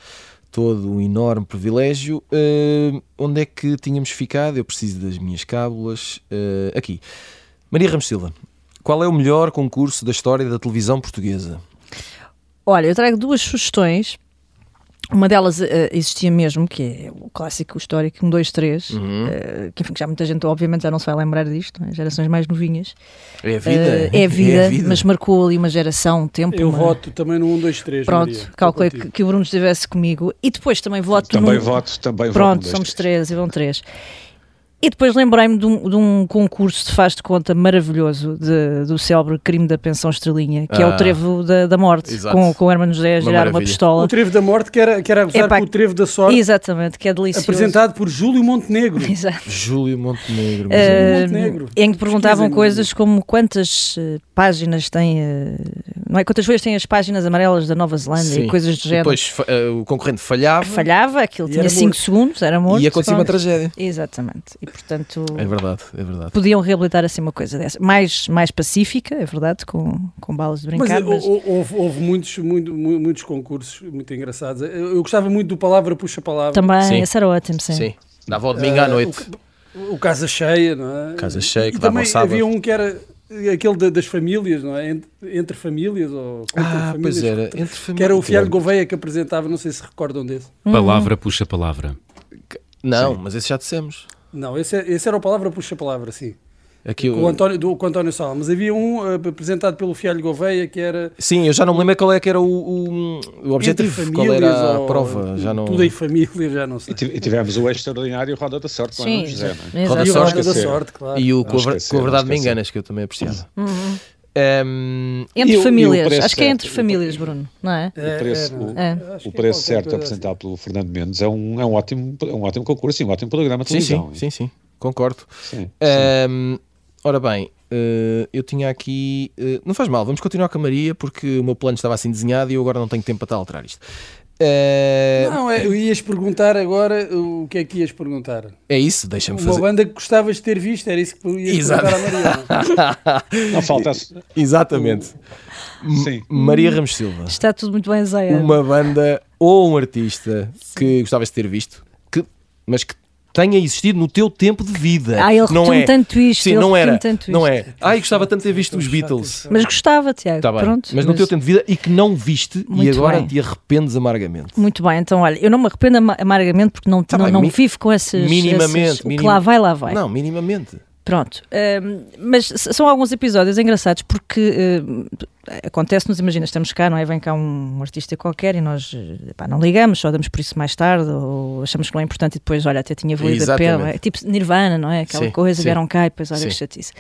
Speaker 1: Todo um enorme privilégio. Eh, onde é que tínhamos ficado? Eu preciso das minhas cábulas. Eh, aqui. Maria Ramos Silva, qual é o melhor concurso da história da televisão portuguesa?
Speaker 3: Olha, eu trago duas sugestões. Uma delas eh, existia mesmo, que é o clássico histórico 1, 2, 3,
Speaker 1: Uhum.
Speaker 3: eh, que enfim, que já muita gente, obviamente, já não se vai lembrar disto, não é? gerações mais novinhas.
Speaker 1: É a
Speaker 3: Eh, é, vida, mas marcou ali uma geração, um tempo.
Speaker 2: Eu
Speaker 3: uma-
Speaker 2: voto também no 1, 2, 3.
Speaker 3: Pronto,
Speaker 2: Maria.
Speaker 3: calculei
Speaker 2: Estou
Speaker 3: que,
Speaker 2: contigo.
Speaker 3: que o Bruno estivesse comigo. E depois também voto
Speaker 4: Também
Speaker 3: num-
Speaker 4: voto, também
Speaker 3: Pronto,
Speaker 4: voto. um, dois,
Speaker 3: somos
Speaker 4: três.
Speaker 3: três e vão três. E depois lembrei-me de um, de um concurso de faz de conta maravilhoso de- do célebre crime da pensão estrelinha, que é
Speaker 1: Ah.
Speaker 3: o trevo da, da morte,
Speaker 1: Exato.
Speaker 3: com, com o Hermano José a
Speaker 1: Uma
Speaker 3: girar uma
Speaker 1: maravilha. Um
Speaker 3: pistola.
Speaker 2: O Trevo da Morte, que era, que era a gozar
Speaker 3: Epá,
Speaker 2: com o Trevo da Sorte,
Speaker 3: Exatamente, que é delicioso.
Speaker 2: apresentado por Júlio Montenegro.
Speaker 3: <laughs> Exato.
Speaker 1: Júlio Montenegro. meus amigos.
Speaker 3: Ah,
Speaker 2: Montenegro.
Speaker 3: em que perguntavam
Speaker 2: Pesquisem,
Speaker 3: coisas como quantas eh, páginas tem, eh, não é? Quantas folhas têm as páginas amarelas da Nova Zelândia
Speaker 1: Sim.
Speaker 3: e coisas do
Speaker 1: E
Speaker 3: género.
Speaker 1: Depois fa- eh, o concorrente falhava,
Speaker 3: Falhava, aquilo
Speaker 2: E
Speaker 3: tinha
Speaker 2: era
Speaker 3: 5
Speaker 2: morto.
Speaker 3: segundos, era morto.
Speaker 1: e acontecia uma
Speaker 3: pronto.
Speaker 1: tragédia.
Speaker 3: Exatamente. E portanto.
Speaker 1: É verdade, é verdade.
Speaker 3: podiam reabilitar assim uma coisa dessa. Mais, mais pacífica, é verdade, com, com balas de
Speaker 2: Mas,
Speaker 3: brincar. Mas,
Speaker 2: hou- hou- houve, houve muitos, muito- mu- muitos concursos muito engraçados. Eu eu gostava muito do Palavra Puxa Palavra.
Speaker 3: também,
Speaker 1: Sim.
Speaker 3: esse era ótimo, sim.
Speaker 1: Sim, dava ao domingo à
Speaker 2: Ah,
Speaker 1: noite.
Speaker 2: O, o Casa Cheia, não é?
Speaker 1: Casa Cheia, que
Speaker 2: E
Speaker 1: dava
Speaker 2: também
Speaker 1: ao sábado.
Speaker 2: Havia um que era aquele da- das famílias, não é? Ent- Entre, famílias ou contra
Speaker 1: Ah,
Speaker 2: famílias.
Speaker 1: pois era. Entre
Speaker 2: Que era o Fiel
Speaker 1: família.
Speaker 2: Gouveia que apresentava, não sei se recordam desse.
Speaker 5: Palavra puxa palavra.
Speaker 1: Não, mas esse já dissemos.
Speaker 2: Não, esse, é- esse era o Palavra Puxa Palavra, sim.
Speaker 1: Aqui
Speaker 2: Com
Speaker 1: o-
Speaker 2: o António, do, com o António Sala. Mas havia um ah, apresentado pelo Fiel Gouveia que era.
Speaker 1: Sim, eu já não me lembro qual é que era o, o, o objetivo,
Speaker 2: Entre
Speaker 1: qual era a
Speaker 2: Famílias ou-
Speaker 1: prova. Já não...
Speaker 2: Tudo em família, já não sei.
Speaker 4: E tipo, tive- E tivemos o extraordinário Roda da Sorte, não é,
Speaker 3: Sim,
Speaker 4: José? não é?
Speaker 3: exato.
Speaker 1: né? Roda
Speaker 2: E o
Speaker 1: Sorte,
Speaker 2: Roda da
Speaker 4: sim.
Speaker 2: Sorte, claro.
Speaker 1: E o com a,
Speaker 4: Não
Speaker 1: ver-
Speaker 4: esqueci,
Speaker 1: com a
Speaker 4: não
Speaker 1: verdade me
Speaker 4: esqueci.
Speaker 1: enganas, que eu também apreciava. Ehm,
Speaker 3: Uhum. Entre
Speaker 4: E o- e o
Speaker 3: famílias,
Speaker 4: preço
Speaker 3: acho que é
Speaker 4: certo,
Speaker 3: entre
Speaker 4: o-
Speaker 3: famílias, Bruno, não é?
Speaker 2: É,
Speaker 4: O preço,
Speaker 2: é, Acho
Speaker 3: É.
Speaker 4: o, o
Speaker 2: que é
Speaker 4: preço
Speaker 2: qualquer
Speaker 4: certo
Speaker 2: coisa
Speaker 4: apresentado pelo Fernando Mendes é um, é um, ótimo, é um ótimo concurso e um ótimo programa de
Speaker 1: sim,
Speaker 4: televisão.
Speaker 1: sim, sim, sim, concordo.
Speaker 4: Sim, Eh,
Speaker 1: Ehm, ora bem, eh, eu tinha aqui. eh, não faz mal, vamos continuar com a Maria, porque o meu plano estava assim desenhado e eu agora não tenho tempo para estar a alterar isto. Eh,
Speaker 2: Não, é, eu ias perguntar agora o que é que ias perguntar.
Speaker 1: é isso, deixa-me
Speaker 2: Uma
Speaker 1: fazer.
Speaker 2: banda que gostavas de ter visto, era isso que ias
Speaker 1: Exato.
Speaker 2: perguntar à <laughs> Mariana.
Speaker 4: Não falta. Sim.
Speaker 1: Exatamente.
Speaker 3: Hum.
Speaker 1: Maria Ramos Silva.
Speaker 3: Está tudo muito bem ensaiado.
Speaker 1: uma banda ou um artista que gostavas de ter visto, que, mas que tenha existido no teu tempo de vida.
Speaker 3: Ah, ele
Speaker 1: não
Speaker 3: repetiu-me
Speaker 1: é.
Speaker 3: tanto isto,
Speaker 1: Sim,
Speaker 3: ele
Speaker 1: não era.
Speaker 3: repetiu-me tanto
Speaker 1: Não
Speaker 3: isto.
Speaker 1: é. Ai, gostava tanto de ter visto os Beatles.
Speaker 3: Mas gostava, Tiago.
Speaker 1: Tá bem.
Speaker 3: Pronto,
Speaker 1: mas no teu tempo de vida e que não viste e
Speaker 3: Muito
Speaker 1: agora
Speaker 3: bem.
Speaker 1: te arrependes amargamente.
Speaker 3: Muito bem, então olha, eu não me arrependo ama- amargamente porque não,
Speaker 1: Tá
Speaker 3: não,
Speaker 1: bem,
Speaker 3: não
Speaker 1: mi-
Speaker 3: vivo com essas.
Speaker 1: minimamente,
Speaker 3: essas- o que
Speaker 1: minim-
Speaker 3: lá vai, lá vai.
Speaker 1: Não, minimamente.
Speaker 3: Pronto, hum, mas s- são alguns episódios engraçados porque hum, acontece-nos, imagina, estamos cá, não é? Vem cá um artista qualquer e nós eh, pá, não ligamos, só damos por isso mais tarde ou achamos que não é importante e depois, olha, até tinha valido a pena.
Speaker 1: Exatamente.
Speaker 3: não é? Tipo Nirvana, não é? Aquela
Speaker 1: Sim,
Speaker 3: coisa,
Speaker 1: sim.
Speaker 3: vieram cá e depois, olha,
Speaker 1: Sim.
Speaker 3: que chatice.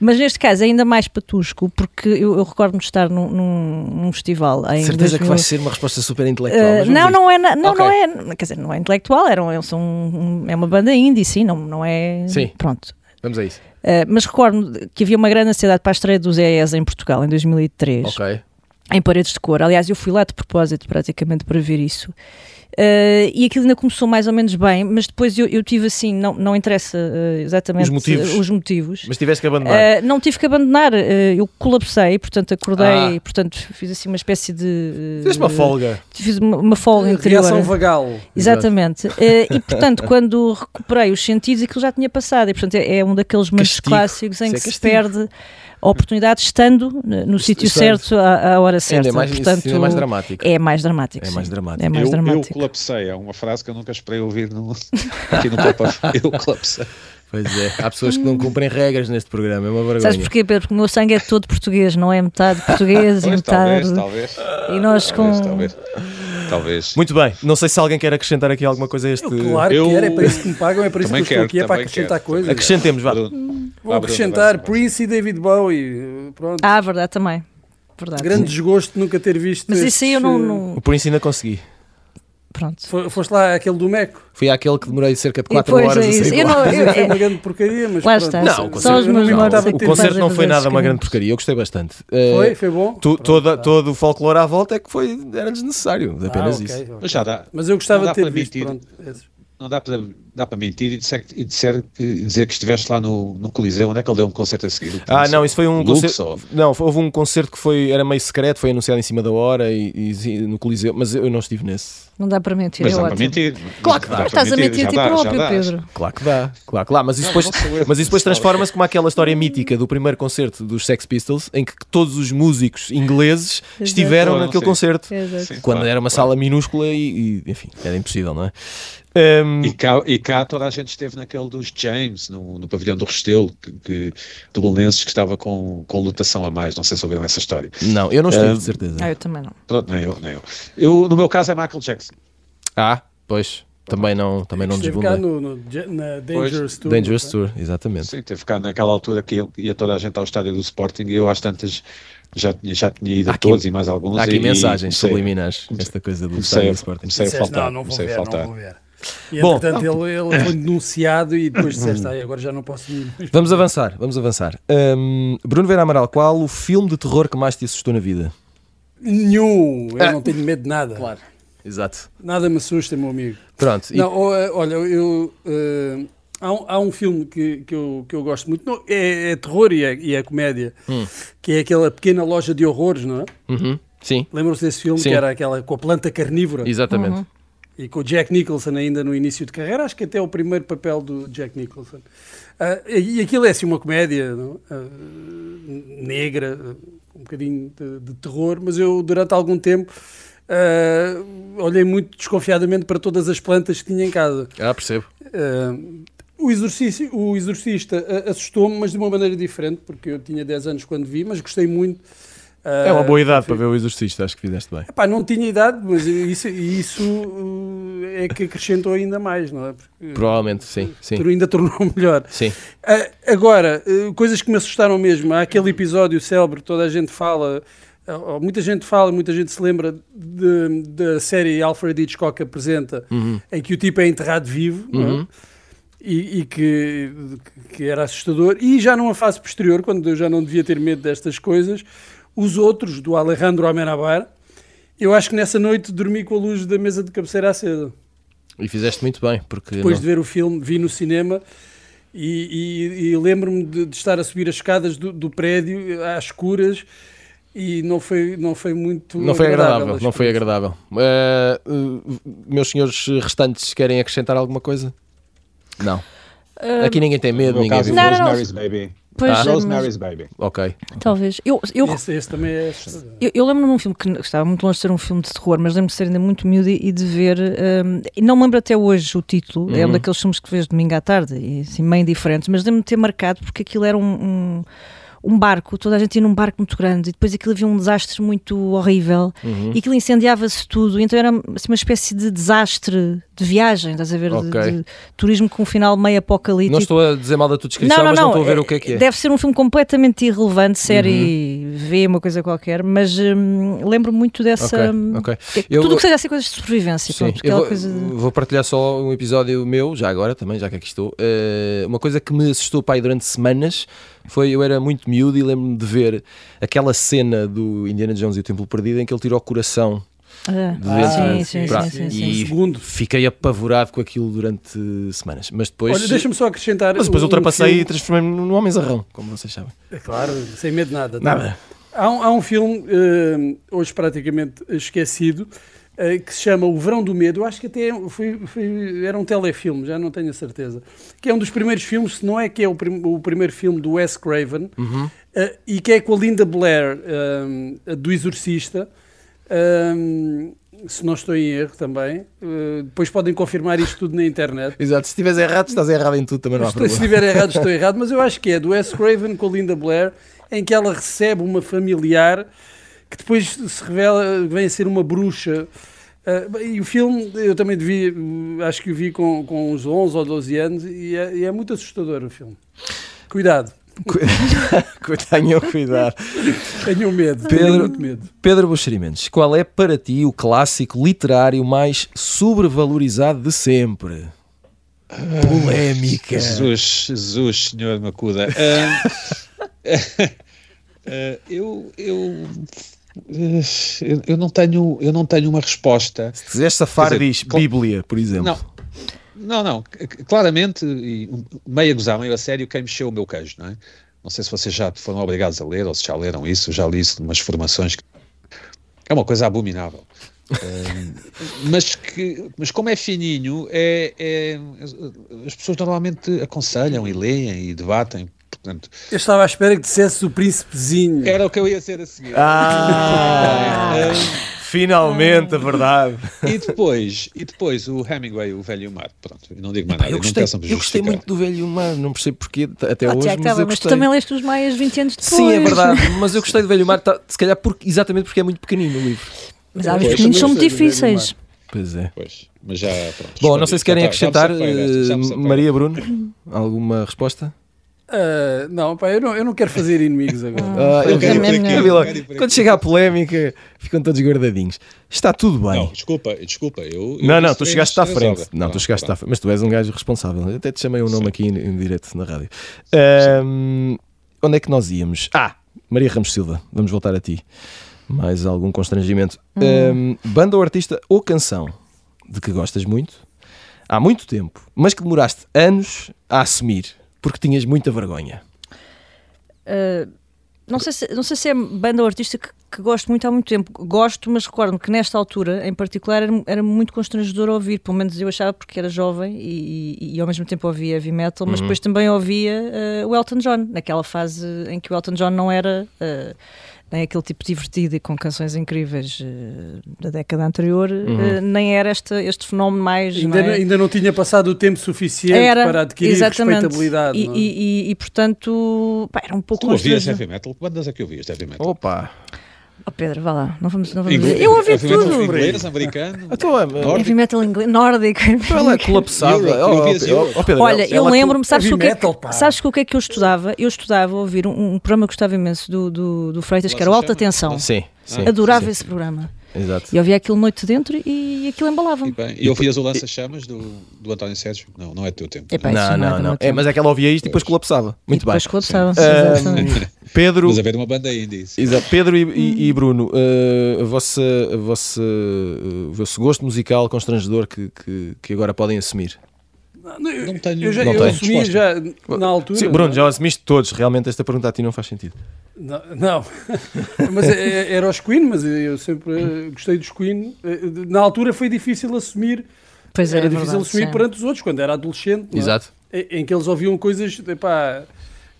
Speaker 3: Mas neste caso é ainda mais patusco porque eu, eu recordo-me de estar num, num- num festival em.
Speaker 1: Certeza que
Speaker 3: 2000.
Speaker 1: vai ser uma resposta super intelectual.
Speaker 3: Eh,
Speaker 1: mas
Speaker 3: não,
Speaker 1: vamos a isto.
Speaker 3: não é, na- não,
Speaker 1: Ok.
Speaker 3: não é, quer dizer, não é intelectual, era um, eles são um- é uma banda indie, sim, não, não é.
Speaker 1: Sim.
Speaker 3: Pronto.
Speaker 1: Vamos a isso.
Speaker 3: Uh, mas recordo que havia uma grande ansiedade para a estreia dos EES em Portugal, em 2003,
Speaker 1: Ok.
Speaker 3: em Paredes de Cor. Aliás, eu fui lá de propósito, praticamente, para ver isso. Uh, e aquilo ainda começou mais ou menos bem, mas depois eu, eu tive assim, não, não interessa uh, exatamente
Speaker 1: Os motivos.
Speaker 3: os motivos.
Speaker 1: Mas tiveste que abandonar.
Speaker 3: Uh, não tive que abandonar, uh, eu colapsei, portanto acordei,
Speaker 1: Ah.
Speaker 3: portanto fiz assim uma espécie de. uh,
Speaker 1: Fizeste uma folga. Eh,
Speaker 3: Fiz uma, uma folga interior.
Speaker 2: Reação é um vagal.
Speaker 3: Exatamente. Eh, e portanto, quando recuperei os sentidos, aquilo já tinha passado. E portanto, é, é um daqueles momentos
Speaker 1: Castigo.
Speaker 3: clássicos em
Speaker 1: Isso é
Speaker 3: que se
Speaker 1: castigo.
Speaker 3: perde a oportunidade estando eh, no sítio
Speaker 1: estando.
Speaker 3: certo, à, à hora
Speaker 1: Ainda
Speaker 3: certa.
Speaker 1: é mais, isso
Speaker 3: portanto,
Speaker 1: ainda é mais dramático.
Speaker 3: É mais dramático.
Speaker 1: É
Speaker 3: sim.
Speaker 1: mais dramático.
Speaker 3: É mais
Speaker 4: eu, eu
Speaker 3: dramático.
Speaker 4: colapsei, é uma frase que eu nunca esperei ouvir no, <laughs> aqui no Papa. Eu
Speaker 3: <laughs>
Speaker 4: colapsei.
Speaker 1: Pois é. Há pessoas que não cumprem regras neste programa. É uma vergonha.
Speaker 3: Sabes porquê, Pedro? Porque o meu sangue é todo português, não é metade
Speaker 1: <laughs>
Speaker 3: português e
Speaker 4: Talvez,
Speaker 3: metade.
Speaker 4: talvez, talvez.
Speaker 3: E nós com.
Speaker 4: Talvez, talvez. Talvez.
Speaker 1: Muito bem. Não sei se alguém quer acrescentar aqui alguma coisa a este.
Speaker 2: Claro
Speaker 4: Eu-
Speaker 2: que era, é para isso que me pagam, é para isso que eu
Speaker 4: Também
Speaker 2: estou
Speaker 4: quero,
Speaker 2: aqui, é para
Speaker 4: também
Speaker 2: acrescentar
Speaker 4: quero.
Speaker 2: coisas.
Speaker 1: Acrescentemos, vá.
Speaker 4: Bruno,
Speaker 2: Vou
Speaker 4: vá, Bruno,
Speaker 2: acrescentar
Speaker 4: vai, vai.
Speaker 2: Prince e David Bowie. Pronto.
Speaker 3: Ah, verdade, também. Verdade.
Speaker 2: Grande desgosto nunca ter visto.
Speaker 3: Mas isso aí eu
Speaker 2: estes, eh,
Speaker 3: não.
Speaker 1: O
Speaker 3: não-
Speaker 1: Por isso ainda consegui.
Speaker 3: Pronto.
Speaker 2: fo- Foste lá àquele do Meco.
Speaker 1: Fui àquele que demorei cerca de
Speaker 3: E
Speaker 1: 4
Speaker 3: depois
Speaker 1: horas
Speaker 3: é
Speaker 1: a
Speaker 3: isso.
Speaker 1: sair.
Speaker 3: Eu
Speaker 1: lá.
Speaker 3: não-
Speaker 2: Quer dizer,
Speaker 3: eu-
Speaker 2: foi uma
Speaker 3: é-
Speaker 2: grande porcaria, mas.
Speaker 3: Lá
Speaker 2: pronto.
Speaker 3: está.
Speaker 1: Não, o
Speaker 2: Eu
Speaker 1: concerto-
Speaker 3: só os meus
Speaker 2: não,
Speaker 3: mortos
Speaker 2: estava
Speaker 3: é
Speaker 1: O
Speaker 3: que
Speaker 2: a
Speaker 1: concerto
Speaker 3: fazem
Speaker 1: não foi
Speaker 3: fazer
Speaker 1: nada uma grande
Speaker 3: escândalo.
Speaker 1: porcaria, eu gostei bastante.
Speaker 2: Foi,
Speaker 1: Eh,
Speaker 2: foi bom.
Speaker 1: tu- toda, todo o folclore à volta é que foi, era desnecessário,
Speaker 2: Ah,
Speaker 1: apenas
Speaker 2: ok,
Speaker 1: isso.
Speaker 2: ok.
Speaker 4: Mas já dá.
Speaker 2: Mas eu gostava de
Speaker 4: Não dá
Speaker 2: ter
Speaker 4: para
Speaker 2: visto.
Speaker 4: mentir.
Speaker 2: Pronto, é esses.
Speaker 4: Não dá para, dá para mentir e dizer, e dizer que, e dizer que estiveste lá no, no Coliseu, onde é que ele deu um concerto a seguir?
Speaker 1: Ah, não, isso foi um
Speaker 4: Lux,
Speaker 1: concerto.
Speaker 4: ou-
Speaker 1: Não, foi- houve um concerto que foi, era meio secreto, foi anunciado em cima da hora e, e- no Coliseu, mas eu não estive nesse.
Speaker 3: Não dá para mentir.
Speaker 4: Mas
Speaker 3: é
Speaker 4: dá para
Speaker 3: ótimo.
Speaker 4: mentir.
Speaker 3: Claro que
Speaker 4: Dá
Speaker 3: dá,
Speaker 4: para
Speaker 3: estás a mentir a
Speaker 4: já
Speaker 3: ti
Speaker 4: dá, já
Speaker 3: próprio,
Speaker 4: dá.
Speaker 3: Pedro.
Speaker 1: Claro que dá, claro que dá, mas isso
Speaker 4: Não,
Speaker 1: depois,
Speaker 4: não sou eu.
Speaker 1: mas isso depois transforma-se como aquela história mítica do primeiro concerto dos Sex Pistols, em que todos os músicos ingleses estiveram
Speaker 4: Foram,
Speaker 1: naquele
Speaker 4: sim.
Speaker 1: concerto.
Speaker 3: Exato.
Speaker 4: Sim,
Speaker 1: Quando
Speaker 4: claro,
Speaker 1: era uma
Speaker 4: claro.
Speaker 1: sala minúscula e, e, enfim, era impossível, não é? Ehm,
Speaker 4: E cá, e cá toda a gente esteve naquele dos James, no, no pavilhão do Restelo, que, que, de Bolonenses, que estava com, com lutação a mais. Não sei se ouviram essa história.
Speaker 1: não, eu não estive,
Speaker 4: Ehm,
Speaker 1: de certeza.
Speaker 3: Ah, eu também
Speaker 1: Tá.
Speaker 3: não.
Speaker 4: Pronto, nem eu, nem eu. Eu, no meu caso, é Michael Jackson.
Speaker 1: Ah, pois. Também não, também não
Speaker 2: Esteve cá
Speaker 1: desbundei.
Speaker 2: no, no, na Dangerous Tour.
Speaker 1: Dangerous Tour, exatamente.
Speaker 4: Sim, teve cá naquela altura que ele- ia toda a gente ao estádio do Sporting e eu, às tantas, já tinha, já tinha ido
Speaker 1: Há
Speaker 4: a
Speaker 1: aqui-
Speaker 4: todos e mais alguns.
Speaker 1: Há aqui
Speaker 4: e,
Speaker 1: mensagens
Speaker 4: e comecei,
Speaker 1: subliminares, esta coisa do
Speaker 4: comecei,
Speaker 1: estádio
Speaker 4: a-
Speaker 1: do Sporting.
Speaker 4: comecei a
Speaker 2: Disseste,
Speaker 4: faltar.
Speaker 2: não, não vou
Speaker 4: comecei
Speaker 2: ver,
Speaker 4: a faltar.
Speaker 2: não vou ver. E
Speaker 1: Bom,
Speaker 2: entretanto ele, ele foi denunciado e depois disseste, ai, agora já não posso ir.
Speaker 1: Vamos avançar, vamos avançar. Hum, Bruno Vera Amaral, qual o filme de terror que mais te assustou na vida?
Speaker 2: Nenhum, eu
Speaker 1: Ah.
Speaker 2: não tenho medo de nada.
Speaker 1: Exato.
Speaker 2: Nada me assusta, meu amigo.
Speaker 1: Pronto, e-
Speaker 2: Não, ou, eh, olha, eu. eh, há, um, há um filme que, que, eu, que eu gosto muito, não, é, é terror e é, e é comédia,
Speaker 1: Hum.
Speaker 2: que é aquela pequena loja de horrores, não é?
Speaker 1: Uhum, sim,
Speaker 2: Lembram-se desse filme
Speaker 1: Sim.
Speaker 2: que era aquela com a planta carnívora
Speaker 1: exatamente.
Speaker 2: e com o Jack Nicholson ainda no início de carreira, acho que até é o primeiro papel do Jack Nicholson. Ah, e e aquilo é assim uma comédia não? Ah, negra, ah, um bocadinho de, de terror, mas eu durante algum tempo ah, olhei muito desconfiadamente para todas as plantas que tinha em casa.
Speaker 1: Ah, percebo.
Speaker 2: Ah, o, exorcício, o Exorcista ah, assustou-me, mas de uma maneira diferente, porque eu tinha 10 anos quando vi, mas gostei muito.
Speaker 1: É uma boa
Speaker 2: Ah,
Speaker 1: idade para ver o Exorcista, acho que fizeste bem.
Speaker 2: Epá, não tinha idade, mas isso, isso uh, é que acrescentou ainda mais, não é? Porque
Speaker 1: Provavelmente, sim, sim.
Speaker 2: uh, ainda tornou <laughs> melhor.
Speaker 1: Sim,
Speaker 2: Ah, agora, uh, coisas que me assustaram mesmo. Há aquele episódio célebre, toda a gente fala, ah, ou muita gente fala, muita gente se lembra de- da série Alfred Hitchcock apresenta, em que o tipo é enterrado vivo, não é? E, e que, que era assustador. E já numa fase posterior, quando eu já não devia ter medo destas coisas, os outros, do Alejandro Amenabar, eu acho que nessa noite dormi com a luz da mesa de cabeceira acesa
Speaker 1: e fizeste muito bem, porque
Speaker 2: depois
Speaker 1: não-
Speaker 2: de ver o filme, vi no cinema e, e- e lembro-me de, de estar a subir as escadas do, do prédio às escuras e não foi, não foi muito.
Speaker 1: Não foi agradável,
Speaker 2: a
Speaker 1: não foi
Speaker 2: experiência.
Speaker 1: agradável. Eh, eh, meus senhores restantes, querem acrescentar alguma coisa? Não. Aqui ninguém tem
Speaker 4: No
Speaker 1: medo,
Speaker 4: meu
Speaker 1: ninguém.
Speaker 4: caso,
Speaker 3: Não, não, não.
Speaker 4: Rosemary's Baby.
Speaker 3: Pois, eh,
Speaker 1: Ah.
Speaker 3: mas-
Speaker 4: Rosemary's Baby.
Speaker 1: Ok.
Speaker 3: talvez. Eu, eu,
Speaker 2: Esse, esse também é. assustador.
Speaker 3: eu, eu lembro-me de um filme que n- que estava muito longe de ser um filme de terror, mas lembro-me de ser ainda muito miúdo e de ver. hum, e não me lembro até hoje o título,
Speaker 1: Uhum.
Speaker 3: é um daqueles filmes que vês domingo à tarde, e assim, meio indiferentes, mas lembro-me de ter marcado porque aquilo era um. um um barco, toda a gente ia num barco muito grande e depois aquilo havia um desastre muito horrível
Speaker 1: Uhum.
Speaker 3: e aquilo incendiava-se tudo, então era assim, uma espécie de desastre de viagem, estás a ver? de-
Speaker 1: Ok.
Speaker 3: De, turismo com um final meio apocalíptico.
Speaker 1: Não estou a dizer mal da tua descrição, mas tipo- não estou a ver o que é que é. Uhum.
Speaker 3: Deve ser um filme completamente irrelevante, série V, uma coisa qualquer, mas hum, lembro-me muito dessa. hum,
Speaker 1: Ok, ok.
Speaker 3: é que
Speaker 1: Eu-
Speaker 3: Tudo o que seja assim, coisas de sobrevivência,
Speaker 1: Sim,
Speaker 3: pronto,
Speaker 1: eu
Speaker 3: aquela
Speaker 1: vou,
Speaker 3: coisa de-
Speaker 1: vou partilhar só um episódio meu, já agora também, já que aqui estou. Eh, uma coisa que me assustou, pai, durante semanas foi eu era muito miúdo e lembro-me de ver aquela cena do Indiana Jones e o Templo Perdido em que ele tirou o coração
Speaker 3: Ah,
Speaker 1: de dentro.
Speaker 3: sim, sim,
Speaker 1: Pra-
Speaker 3: sim, sim, sim.
Speaker 1: E
Speaker 2: Um segundo.
Speaker 1: fiquei apavorado com aquilo durante semanas. Mas depois,
Speaker 2: Olha, deixa-me só acrescentar.
Speaker 1: mas depois
Speaker 2: um- um
Speaker 1: ultrapassei e
Speaker 2: filme-
Speaker 1: transformei-me num homem zarrão, como vocês sabem.
Speaker 2: É Claro, sem medo de nada.
Speaker 1: Nada.
Speaker 2: Há um, há um filme, eh, hoje praticamente esquecido, eh, que se chama O Verão do Medo. Eu acho que até é foi, foi- era um telefilme, já não tenho a certeza. Que é um dos primeiros filmes, se não é que é o, prim- o primeiro filme do Wes Craven, eh, e que é com a Linda Blair, eh, do Exorcista. eh, se não estou em erro também. Eh, depois podem confirmar isto tudo na internet.
Speaker 1: Exato, se estiveres errado, estás errado em tudo, também não há
Speaker 2: Se se
Speaker 1: problema.
Speaker 2: estiver errado, estou errado, mas eu acho que é do Wes Craven com Linda Blair, em que ela recebe uma familiar que depois se revela, vem a ser uma bruxa. Ah, bem, e o filme, eu também devia, hum, acho que o vi com, com uns 11 ou 12 anos, e é, e é muito assustador o filme. Cuidado.
Speaker 1: <laughs> Cu- Tenham cuidado.
Speaker 2: Tenho medo, tenho
Speaker 1: Pedro-
Speaker 2: muito medo.
Speaker 1: Pedro Buxerimentos, qual é para ti o clássico literário mais sobrevalorizado de sempre? Polémica.
Speaker 4: Jesus, Jesus, Senhor
Speaker 1: <laughs>
Speaker 4: me acuda. Ah, <laughs> ah, eu, eu, eu, eu não tenho, eu não tenho uma resposta.
Speaker 1: Se quiseres safar,
Speaker 4: Quer dizer,
Speaker 1: diz
Speaker 4: cl-
Speaker 1: Bíblia, por exemplo.
Speaker 4: Não. Não, não, c- c- claramente, e um- meio a gozar, meio a sério, quem mexeu o meu queijo, não é? Não sei se vocês já foram obrigados a ler ou se já leram isso, já li isso numas formações. que- É uma coisa abominável. Ahm, <laughs> mas, que, mas como é fininho, é, é- as pessoas normalmente aconselham e leem e debatem. Portanto,
Speaker 2: Eu estava à espera que dissesse o príncipezinho.
Speaker 4: era o que eu ia ser a seguir.
Speaker 1: Ah, finalmente a verdade.
Speaker 4: E depois, e depois o Hemingway, o velho e o mar. Pronto, eu não digo mais
Speaker 1: Pá,
Speaker 4: nada.
Speaker 1: eu
Speaker 4: não um
Speaker 1: gostei,
Speaker 4: peçam para
Speaker 1: eu gostei
Speaker 4: justificar.
Speaker 1: muito do velho humano, não percebo porquê t- até
Speaker 3: Ah,
Speaker 1: hoje,
Speaker 3: Tiago, tá
Speaker 1: mas
Speaker 3: bem,
Speaker 1: eu
Speaker 3: mas tu
Speaker 1: gostei.
Speaker 3: também leste os Maias 20 anos depois.
Speaker 1: Sim, é verdade, mas eu gostei do velho mar, tá- se calhar porque, exatamente porque é muito pequenino o livro.
Speaker 3: Mas há
Speaker 2: Eu
Speaker 3: uns
Speaker 2: também
Speaker 3: pequeninos são muito
Speaker 2: gostei do Velho
Speaker 3: difíceis.
Speaker 1: Pois é.
Speaker 4: Pois, mas já, pronto,
Speaker 1: Bom,
Speaker 4: respondi.
Speaker 1: não sei se
Speaker 4: Já
Speaker 1: querem
Speaker 4: tá- já me
Speaker 1: acrescentar,
Speaker 4: safei desta, já me
Speaker 1: eh,
Speaker 4: safei
Speaker 1: Maria Bruno, alguma resposta?
Speaker 2: Ah, não, pá, eu não, eu não quero fazer inimigos agora.
Speaker 1: Ah,
Speaker 4: eu
Speaker 1: eu
Speaker 4: quero
Speaker 1: vi-
Speaker 4: ir por
Speaker 1: eu
Speaker 4: aqui,
Speaker 1: vi
Speaker 4: eu
Speaker 1: logo.
Speaker 4: quero ir por
Speaker 1: Quando
Speaker 4: aqui.
Speaker 1: chega à polémica, ficam todos guardadinhos. Está tudo bem.
Speaker 4: Não, desculpa, desculpa. Eu, eu
Speaker 1: Não, não,
Speaker 4: disse
Speaker 1: tu
Speaker 4: três-
Speaker 1: chegaste à
Speaker 4: três
Speaker 1: frente.
Speaker 4: obras.
Speaker 1: é Não, tu
Speaker 4: Pronto,
Speaker 1: chegaste à
Speaker 4: pronto.
Speaker 1: frente. Mas tu és um gajo responsável. Eu até te chamei o nome aqui em, em direto na rádio. Ahm, onde é que nós íamos? Ah, Maria Ramos Silva, vamos voltar a ti. Mais algum constrangimento. Ahm, banda ou artista ou canção de que gostas muito há muito tempo, mas que demoraste anos a assumir porque tinhas muita vergonha.
Speaker 3: Uh, não, sei se, não sei se é banda ou artista que, que gosto muito há muito tempo. Gosto, mas recordo-me que nesta altura, em particular, era, era muito constrangedor ouvir. Pelo menos eu achava, porque era jovem e, e- e ao mesmo tempo ouvia heavy metal, mas depois também ouvia uh, o Elton John, naquela fase em que o Elton John não era. uh, nem aquele tipo divertido e com canções incríveis uh, da década anterior, uh, nem era este, este fenómeno mais. não
Speaker 2: Ainda,
Speaker 3: é?
Speaker 2: não, ainda não tinha passado o tempo suficiente
Speaker 3: era,
Speaker 2: para adquirir
Speaker 3: exatamente.
Speaker 2: respeitabilidade.
Speaker 3: E,
Speaker 2: não é?
Speaker 3: e- e- e, portanto, pá, era um pouco
Speaker 4: Tu ouvias
Speaker 3: constrangedor.
Speaker 4: heavy metal? Que bandas é que ouvias de heavy metal?
Speaker 1: Opa!
Speaker 3: Oh, Pedro, vá lá, não vamos, não vamos
Speaker 4: Inglês-
Speaker 3: dizer. Eu ouvi
Speaker 4: heavy metal
Speaker 3: tudo.
Speaker 4: Inglês, americano.
Speaker 3: <laughs>
Speaker 1: Então, é,
Speaker 4: nórdico.
Speaker 3: Heavy metal inglês, nórdico.
Speaker 1: então ela é colapsada.
Speaker 4: Europe,
Speaker 1: Oh,
Speaker 4: Europe,
Speaker 1: oh,
Speaker 4: Europe.
Speaker 1: oh, Pedro,
Speaker 3: Olha,
Speaker 1: ela-
Speaker 3: eu
Speaker 1: ela-
Speaker 3: lembro-me, sabes,
Speaker 2: heavy
Speaker 3: o que é
Speaker 2: metal,
Speaker 3: que-
Speaker 2: pá.
Speaker 3: sabes o que é que eu estudava? Eu estudava a ouvir um, um programa que gostava imenso do, do, do Freitas, que era o
Speaker 4: Nossa
Speaker 3: Alta
Speaker 4: Chama.
Speaker 3: Tensão.
Speaker 1: Sim, sim.
Speaker 3: Adorava esse programa.
Speaker 1: sim, Exato.
Speaker 3: E ouvia aquilo noite dentro e aquilo
Speaker 4: E,
Speaker 3: embalava-me.
Speaker 4: bem, e ouvias o Lança-Chamas do, do António Sérgio? Não, não é teu tempo.
Speaker 3: Epá, isso
Speaker 1: Não,
Speaker 3: não era
Speaker 1: não,
Speaker 3: do
Speaker 1: não.
Speaker 3: meu
Speaker 1: É,
Speaker 3: tempo.
Speaker 1: mas é que ela ouvia isto e depois colapsava.
Speaker 3: E
Speaker 1: Muito bem. Ah,
Speaker 3: depois colapsava.
Speaker 1: Ahm,
Speaker 3: Exatamente.
Speaker 1: Pedro,
Speaker 4: Mas haver uma banda indie. isso.
Speaker 1: exato, Pedro e, e- e Bruno, eh, a vossa, a vossa, eh, o vosso gosto musical constrangedor que, que, que agora podem assumir.
Speaker 2: Não, eu,
Speaker 4: Não tenho-
Speaker 2: eu já
Speaker 1: não
Speaker 2: eu
Speaker 1: tenho
Speaker 2: assumia
Speaker 4: resposta.
Speaker 2: já na altura.
Speaker 1: Sim, Bruno, já assumiste todos. Realmente esta pergunta a ti não faz sentido.
Speaker 2: Não, não. <laughs> mas é- é- era os Queen, mas eu sempre eh, gostei dos Queen. Eh, Na altura foi difícil assumir,
Speaker 3: Pois
Speaker 2: era
Speaker 3: era
Speaker 2: difícil
Speaker 3: verdade,
Speaker 2: assumir
Speaker 3: sim.
Speaker 2: perante os outros quando era adolescente, não é? em, em que eles ouviam coisas epá,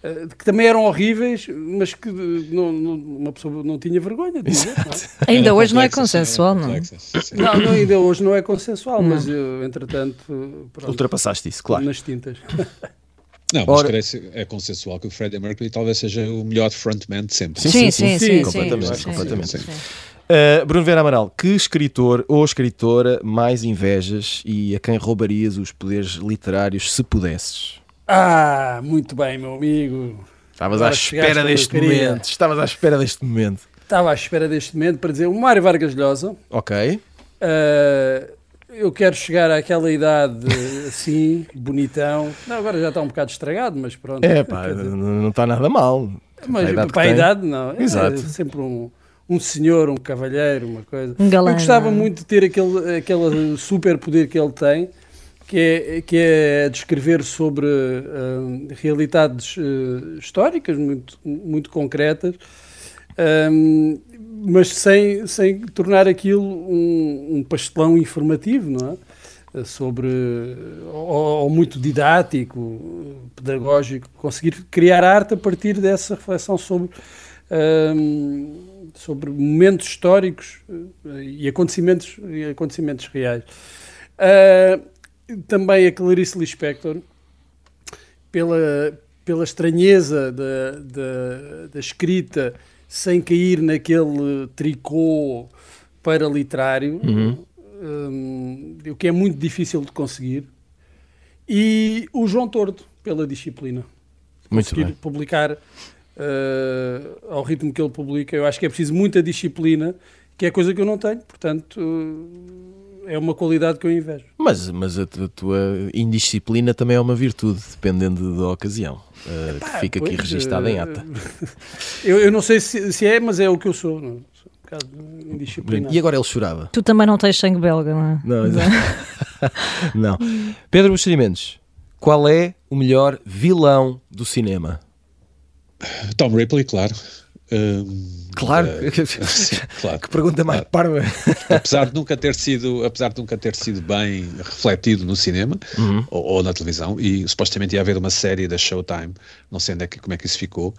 Speaker 2: eh, que também eram horríveis, mas que eh, não- não- uma pessoa não tinha vergonha de dizer. não é?
Speaker 3: Ainda hoje não é
Speaker 4: Complexas,
Speaker 3: consensual,
Speaker 4: eram
Speaker 3: não.
Speaker 4: complexas, sim.
Speaker 2: Não, não, ainda hoje não é consensual, mas eu, entretanto, eh, pronto,
Speaker 1: Ultrapassaste isso, claro.
Speaker 2: nas tintas.
Speaker 4: Não, mas
Speaker 1: Ora-
Speaker 4: creio que é consensual que o Freddie Mercury talvez seja o melhor frontman de sempre.
Speaker 1: Sim, sim,
Speaker 3: Sim,
Speaker 2: sim,
Speaker 3: sim, sim.
Speaker 1: completamente,
Speaker 3: sim,
Speaker 1: completamente.
Speaker 3: sim, sim.
Speaker 1: Eh, Bruno Vera Amaral, que escritor ou escritora mais invejas e a quem roubarias os poderes literários se pudesses?
Speaker 2: Ah, muito bem, meu amigo.
Speaker 1: Estavas à
Speaker 2: Agora chegaste
Speaker 1: espera
Speaker 2: onde eu
Speaker 1: deste
Speaker 2: queria.
Speaker 1: momento. Estavas à espera deste momento.
Speaker 2: Estava à espera deste momento para dizer o Mário Vargas Llosa.
Speaker 1: Ok.
Speaker 2: ah, eu quero chegar àquela idade
Speaker 1: <laughs>
Speaker 2: assim, bonitão. Não, agora já está um bocado estragado, mas pronto.
Speaker 1: É pá,
Speaker 2: Quer dizer,
Speaker 1: não está nada mal.
Speaker 2: mas
Speaker 1: a idade que
Speaker 2: para a
Speaker 1: tem.
Speaker 2: idade, não. É
Speaker 1: Exato.
Speaker 2: sempre um, um senhor, um cavalheiro, uma coisa.
Speaker 3: Um galã,
Speaker 2: eu gostava
Speaker 3: não é?
Speaker 2: muito de ter aquele, aquele super poder que ele tem, que é, que é descrever sobre hum, realidades eh, históricas muito, muito concretas, hum, mas sem, sem tornar aquilo um, um pastelão informativo, não é? Eh, Sobre, ou, ou muito didático, eh, pedagógico, conseguir criar arte a partir dessa reflexão sobre hum, sobre momentos históricos eh, e acontecimentos, e acontecimentos reais. Ah, também a Clarice Lispector, pela, pela estranheza da, da, da escrita, sem cair naquele tricô paralitrário, hum, o que é muito difícil de conseguir, e o João Tordo, pela disciplina.
Speaker 1: Muito
Speaker 2: conseguir
Speaker 1: bem.
Speaker 2: publicar eh, ao ritmo que ele publica. Eu acho que é preciso muita disciplina, que é coisa que eu não tenho, portanto, eh, é uma qualidade que eu invejo.
Speaker 1: Mas, mas a, tu- a tua indisciplina também é uma virtude, dependendo da ocasião, eh, que fica aqui
Speaker 2: Pois,
Speaker 1: registada em
Speaker 2: eh,
Speaker 1: ata.
Speaker 2: Eu, eu não sei se, se é, mas é o que eu sou. Não? Sou um bocado indisciplinado.
Speaker 1: E agora ele chorava.
Speaker 3: Tu também não tens sangue belga, não é?
Speaker 1: Não, exa- <laughs> não. Pedro Buxerimentos, qual é o melhor vilão do cinema?
Speaker 4: Tom Ripley, claro. Hum,
Speaker 1: Claro, <laughs> que
Speaker 4: sim, claro.
Speaker 1: pergunta mais parva.
Speaker 4: apesar de nunca ter sido apesar de nunca ter sido bem refletido no cinema
Speaker 1: Uhum.
Speaker 4: ou, ou na televisão e supostamente ia haver uma série da Showtime não sei onde é que, como é que isso ficou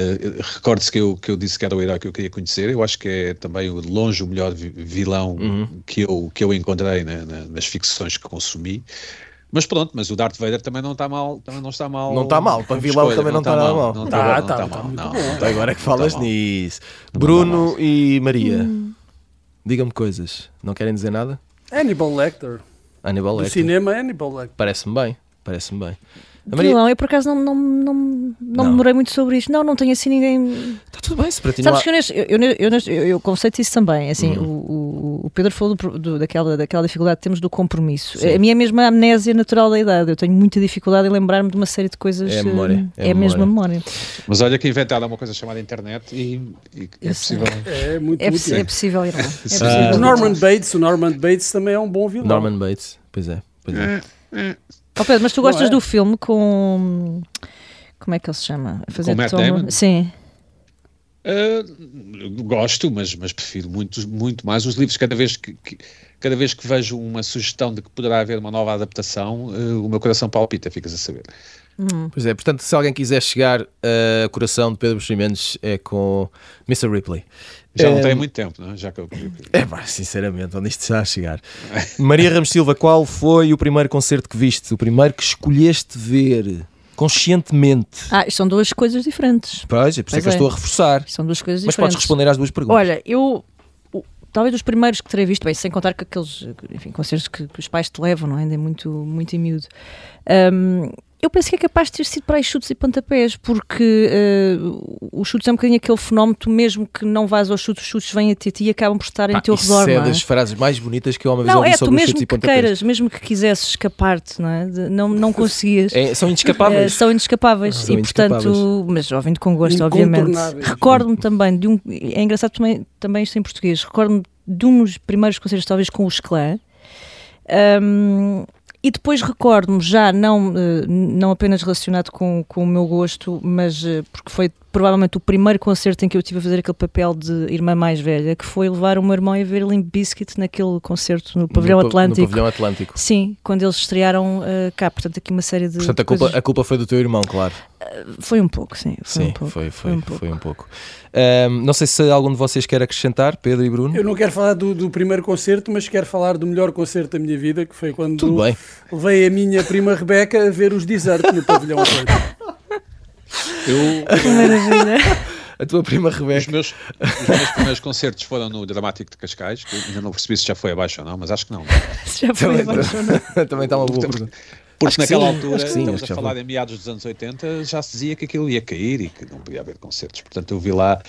Speaker 4: Uh, Recorde-se que eu, que eu disse que era o herói que eu queria conhecer. Eu acho que é também o- de longe o melhor vi- vilão
Speaker 1: Uhum.
Speaker 4: que, eu, que eu encontrei na- na- nas ficções que consumi. Mas pronto, mas o Darth Vader também não está mal. Também não está mal.
Speaker 1: Não está mal, para
Speaker 4: como
Speaker 1: vilão
Speaker 4: escolha,
Speaker 1: também não está nada mal. Ah,
Speaker 4: Não
Speaker 2: Tá, tá,
Speaker 4: está tá,
Speaker 2: tá
Speaker 4: mal.
Speaker 2: muito
Speaker 4: Não,
Speaker 2: bom.
Speaker 4: não tá-
Speaker 1: Agora é que
Speaker 4: não tá
Speaker 1: falas
Speaker 4: mal.
Speaker 1: nisso. Bruno e Maria,
Speaker 3: Hum.
Speaker 1: digam-me coisas. Não querem dizer nada?
Speaker 2: Hannibal Lecter.
Speaker 1: Hannibal
Speaker 2: O
Speaker 1: Lecter.
Speaker 2: cinema é Hannibal Lecter.
Speaker 1: Parece-me bem, parece-me bem. A Maria,
Speaker 3: Vilão, eu por acaso não, não, não, não,
Speaker 1: Não.
Speaker 3: me demorei muito sobre isto. Não, não tenho assim ninguém
Speaker 1: está tá tudo bem, se para ti não
Speaker 3: Sabes
Speaker 1: há-
Speaker 3: que eu, neste- eu, eu, neste- eu, neste- eu- eu conceito isso também. Assim,
Speaker 1: Uhum.
Speaker 3: o- o, o Pedro falou do pro- do- daquela, daquela dificuldade que temos do compromisso.
Speaker 1: Sim.
Speaker 3: A minha é mesmo a amnésia natural da idade. Eu tenho muita dificuldade em lembrar-me de uma série de coisas.
Speaker 1: É a
Speaker 3: eh,
Speaker 1: memória, é a
Speaker 3: É, a mesma memória.
Speaker 4: Mas olha que inventaram uma coisa chamada internet e, e é
Speaker 3: Eu sei.
Speaker 4: possível.
Speaker 2: É muito
Speaker 3: É, possi-
Speaker 2: útil.
Speaker 3: é possível ir lá. É
Speaker 2: O
Speaker 3: possível.
Speaker 2: Norman Bates, o Norman Bates também é um bom vilão.
Speaker 1: Norman Bates, pois é. Pois é.
Speaker 3: Oh, Pedro, mas tu
Speaker 2: Não
Speaker 3: gostas
Speaker 2: é?
Speaker 3: do filme com. Como é que ele se chama? A Fazer
Speaker 4: Com Matt
Speaker 3: Tom-
Speaker 4: Damon?
Speaker 3: Sim.
Speaker 4: Ah, gosto, mas, mas prefiro muito, muito mais os livros. Cada vez que, que- cada vez que vejo uma sugestão de que poderá haver uma nova adaptação, ah, o meu coração palpita, ficas a saber.
Speaker 1: Pois é, portanto, se alguém quiser chegar a coração de Pedro Buxerimentos é com Mr. Ripley.
Speaker 4: Já não
Speaker 1: Eh,
Speaker 4: tem muito tempo, não é? Já que eu...
Speaker 1: É pá, sinceramente, onde isto está a chegar. Maria Ramos Silva, qual foi o primeiro concerto que viste? O primeiro que escolheste ver conscientemente?
Speaker 3: Ah, isto são duas coisas diferentes.
Speaker 1: Pois, é por isso é
Speaker 3: Pois
Speaker 1: que eu
Speaker 3: é.
Speaker 1: estou a reforçar.
Speaker 3: Isto São duas coisas
Speaker 1: Mas
Speaker 3: diferentes.
Speaker 1: podes responder às duas perguntas.
Speaker 3: Olha, eu. o- Talvez os primeiros que terei visto, bem, sem contar com aqueles enfim, concertos que, que os pais te levam, não é? Ainda é muito, muito em miúdo. Hum, eu penso que é capaz de ter sido para aí chutes e pontapés, porque eh, os chutes é um bocadinho aquele fenómeno, tu mesmo que não vás aos chutes, os chutes vêm a ti e acabam por estar
Speaker 1: Pá,
Speaker 3: em teu
Speaker 1: isso
Speaker 3: redor.
Speaker 1: é
Speaker 3: não é?
Speaker 1: das frases mais bonitas que eu uma vez
Speaker 3: Não,
Speaker 1: ouvi
Speaker 3: é, tu
Speaker 1: sobre os
Speaker 3: mesmo
Speaker 1: chutes e
Speaker 3: que
Speaker 1: pontapés.
Speaker 3: queiras, mesmo que quisesses escapar-te, não é? De- não,
Speaker 1: <laughs>
Speaker 3: não conseguias.
Speaker 1: É, são
Speaker 3: Eh,
Speaker 1: inescapáveis.
Speaker 3: são inescapáveis
Speaker 1: Ah, São
Speaker 3: e portanto, mas ouvindo com gosto, obviamente.
Speaker 2: Incontornáveis.
Speaker 3: Recordo-me também de um, é engraçado também, também isto em português, recordo-me de um dos primeiros concertos talvez com os Clã. Ahm, e depois recordo-me já, não, eh, não apenas relacionado com, com o meu gosto, mas eh, porque foi provavelmente o primeiro concerto em que eu tive a fazer aquele papel de irmã mais velha, que foi levar o meu irmão a ver Limp Bizkit naquele concerto no Pavilhão
Speaker 1: No pa-
Speaker 3: Atlântico.
Speaker 1: No Pavilhão Atlântico.
Speaker 3: Sim, quando eles estrearam eh, cá, portanto aqui uma série de
Speaker 1: Portanto, a culpa,
Speaker 3: coisas-
Speaker 1: a culpa foi do teu irmão, claro.
Speaker 3: foi um pouco, sim. Foi
Speaker 1: Sim,
Speaker 3: um pouco.
Speaker 1: foi,
Speaker 3: foi
Speaker 1: foi,
Speaker 3: um pouco.
Speaker 1: foi um pouco. Ahm, não sei se algum de vocês quer acrescentar, Pedro e Bruno.
Speaker 2: Eu não quero falar do, do primeiro concerto, mas quero falar do melhor concerto da minha vida, que foi quando
Speaker 1: Tudo bem.
Speaker 2: levei a minha prima Rebeca a ver os Desert no pavilhão.
Speaker 1: <laughs>
Speaker 2: Atlântico.
Speaker 4: Eu,
Speaker 1: A tua prima
Speaker 4: os,
Speaker 1: Rebeca.
Speaker 4: meus, os meus primeiros concertos foram no Dramático de Cascais, que eu ainda não percebi se já foi abaixo ou não, mas acho que não. é?
Speaker 3: <laughs> Já foi
Speaker 1: Então,
Speaker 3: abaixo.
Speaker 1: <laughs> Também está uma boa pergunta. Acho
Speaker 4: Porque
Speaker 1: que
Speaker 4: naquela
Speaker 1: sim, acho
Speaker 4: altura,
Speaker 1: que sim, acho
Speaker 4: estamos
Speaker 1: que
Speaker 4: a
Speaker 1: já
Speaker 4: falar
Speaker 1: foi.
Speaker 4: em meados dos anos 80, já se dizia que aquilo ia cair e que não podia haver concertos. Portanto, eu vi lá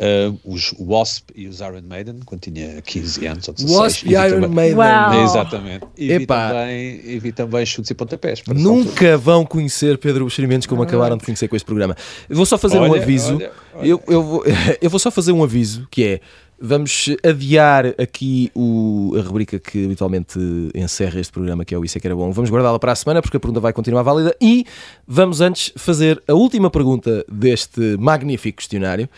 Speaker 4: ah, os Wasp e os Iron Maiden quando tinha 15 anos ou 16.
Speaker 1: Wasp e
Speaker 4: vi
Speaker 1: Iron
Speaker 4: também-
Speaker 1: Maiden.
Speaker 3: Uau.
Speaker 4: É, Exatamente. E vi,
Speaker 1: Epá.
Speaker 4: também, e vi também chutes e pontapés. por essa altura.
Speaker 1: Nunca vão conhecer Pedro Buxerimentos como acabaram de conhecer com este programa. Eu Vou só fazer um
Speaker 4: Ah. Olha,
Speaker 1: aviso.
Speaker 4: olha, olha.
Speaker 1: Eu, eu, vou, <laughs> eu vou só fazer um aviso que é. Vamos adiar aqui o- a rubrica que habitualmente encerra este programa, que é o Isso é que era bom. Vamos guardá-la para a semana, porque a pergunta vai continuar válida. E vamos antes fazer a última pergunta deste magnífico questionário,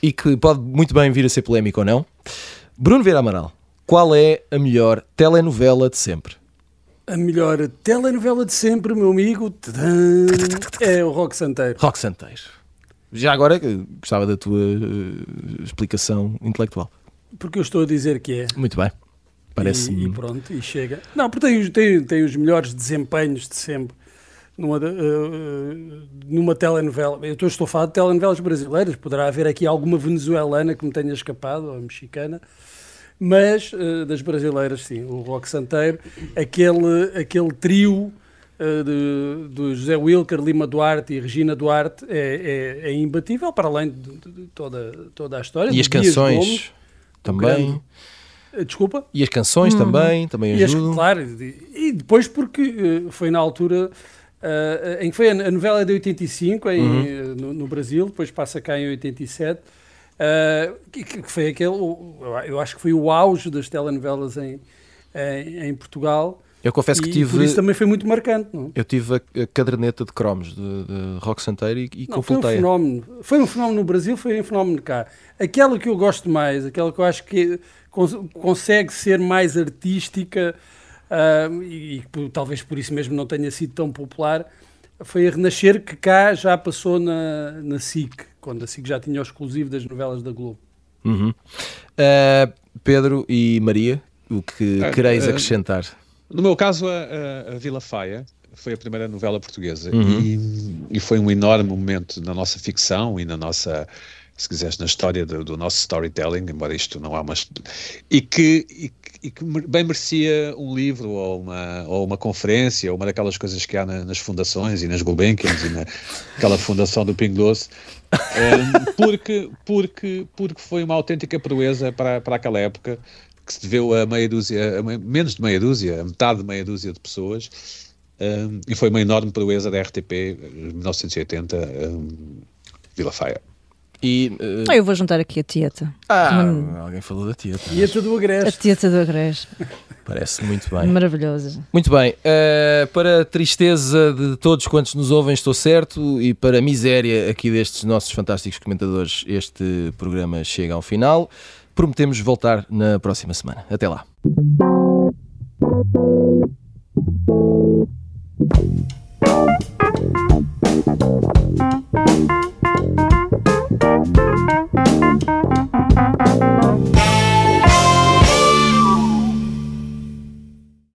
Speaker 1: e que pode muito bem vir a ser polémico ou não. Bruno Vieira Amaral, qual é a melhor telenovela de sempre?
Speaker 2: A melhor telenovela de sempre, meu amigo, tadã, é o Rock Santeiro.
Speaker 1: Rock Santeiro. Já agora eh, gostava da tua eh, explicação intelectual.
Speaker 2: Porque eu estou a dizer que é.
Speaker 1: Muito bem.
Speaker 2: E, e
Speaker 1: Parece-me.
Speaker 2: pronto, e chega. Não, porque tem, os- tem, tem os melhores desempenhos de sempre numa, da- eh, eh, numa telenovela. Eu estou, estou a falar de telenovelas brasileiras, poderá haver aqui alguma venezuelana que me tenha escapado, ou mexicana, mas eh, das brasileiras, sim, o Rock Santeiro, aquele, aquele trio. eh, eh, de- do José Wilker, Lima Duarte e Regina Duarte é, é- é imbatível, para além de, de- de toda, toda a história.
Speaker 1: E
Speaker 2: Do
Speaker 1: as
Speaker 2: Dias Gomes,
Speaker 1: canções
Speaker 2: grande.
Speaker 1: também.
Speaker 2: eh, desculpa.
Speaker 1: E as canções também, também
Speaker 2: E, as,
Speaker 1: ajudam.
Speaker 2: claro, e e depois porque eh, foi na altura eh, em que foi a, a novela de 85 em,
Speaker 1: Uhum.
Speaker 2: eh, no, no Brasil, depois passa cá em 87, eh, que, que que foi aquele, o- eu acho que foi o auge das telenovelas em, em, em Portugal.
Speaker 1: Eu confesso que
Speaker 2: e por isso
Speaker 1: tive,
Speaker 2: também foi muito marcante, não? é?
Speaker 1: eu tive a, a caderneta de cromos de, de Rock Santeiro e, e
Speaker 2: Não, foi um
Speaker 1: completei.
Speaker 2: fenómeno. Foi um fenómeno no Brasil, foi um fenómeno cá. Aquela que eu gosto mais, aquela que eu acho que cons- consegue ser mais artística ah, e, e que por- talvez por isso mesmo não tenha sido tão popular, foi a Renascer que cá já passou na, na SIC, quando a SIC já tinha o exclusivo das novelas da Globo.
Speaker 1: Uhum. Ah, Pedro e Maria, o que
Speaker 4: Ah,
Speaker 1: quereis
Speaker 4: ah,
Speaker 1: acrescentar?
Speaker 4: No meu caso, a, a- a Vila Faia foi a primeira novela portuguesa e, e foi um enorme momento na nossa ficção e na nossa, se quiseres, na história do, do nosso storytelling, embora isto não há uma... hist- E que, e, que- e que mer- bem merecia um livro ou uma, ou uma conferência ou uma daquelas coisas que há na- nas fundações e nas Gulbenkians e naquela fundação do Pingo Doce, Ahm, Ehm, porque, porque, porque foi uma autêntica proeza para, para aquela época, que se deveu a meia dúzia, a me- menos de meia dúzia, a metade de meia dúzia de pessoas, ahm, e foi uma enorme proeza da RTP, eh, 1980, ahm, ehm, Vila Faia.
Speaker 1: E, eh,
Speaker 3: Ah, eu vou juntar aqui a Tieta.
Speaker 1: ah,
Speaker 3: hum.
Speaker 1: alguém falou da teatro.
Speaker 2: E a do
Speaker 3: A
Speaker 2: Agreste.
Speaker 3: Tieta do Agreste.
Speaker 1: Parece muito bem.
Speaker 3: Maravilhosa.
Speaker 1: Muito bem, eh, para a tristeza de todos quantos nos ouvem, estou certo, e para a miséria aqui destes nossos fantásticos comentadores, este programa chega ao final. Prometemos voltar na próxima semana. Até lá.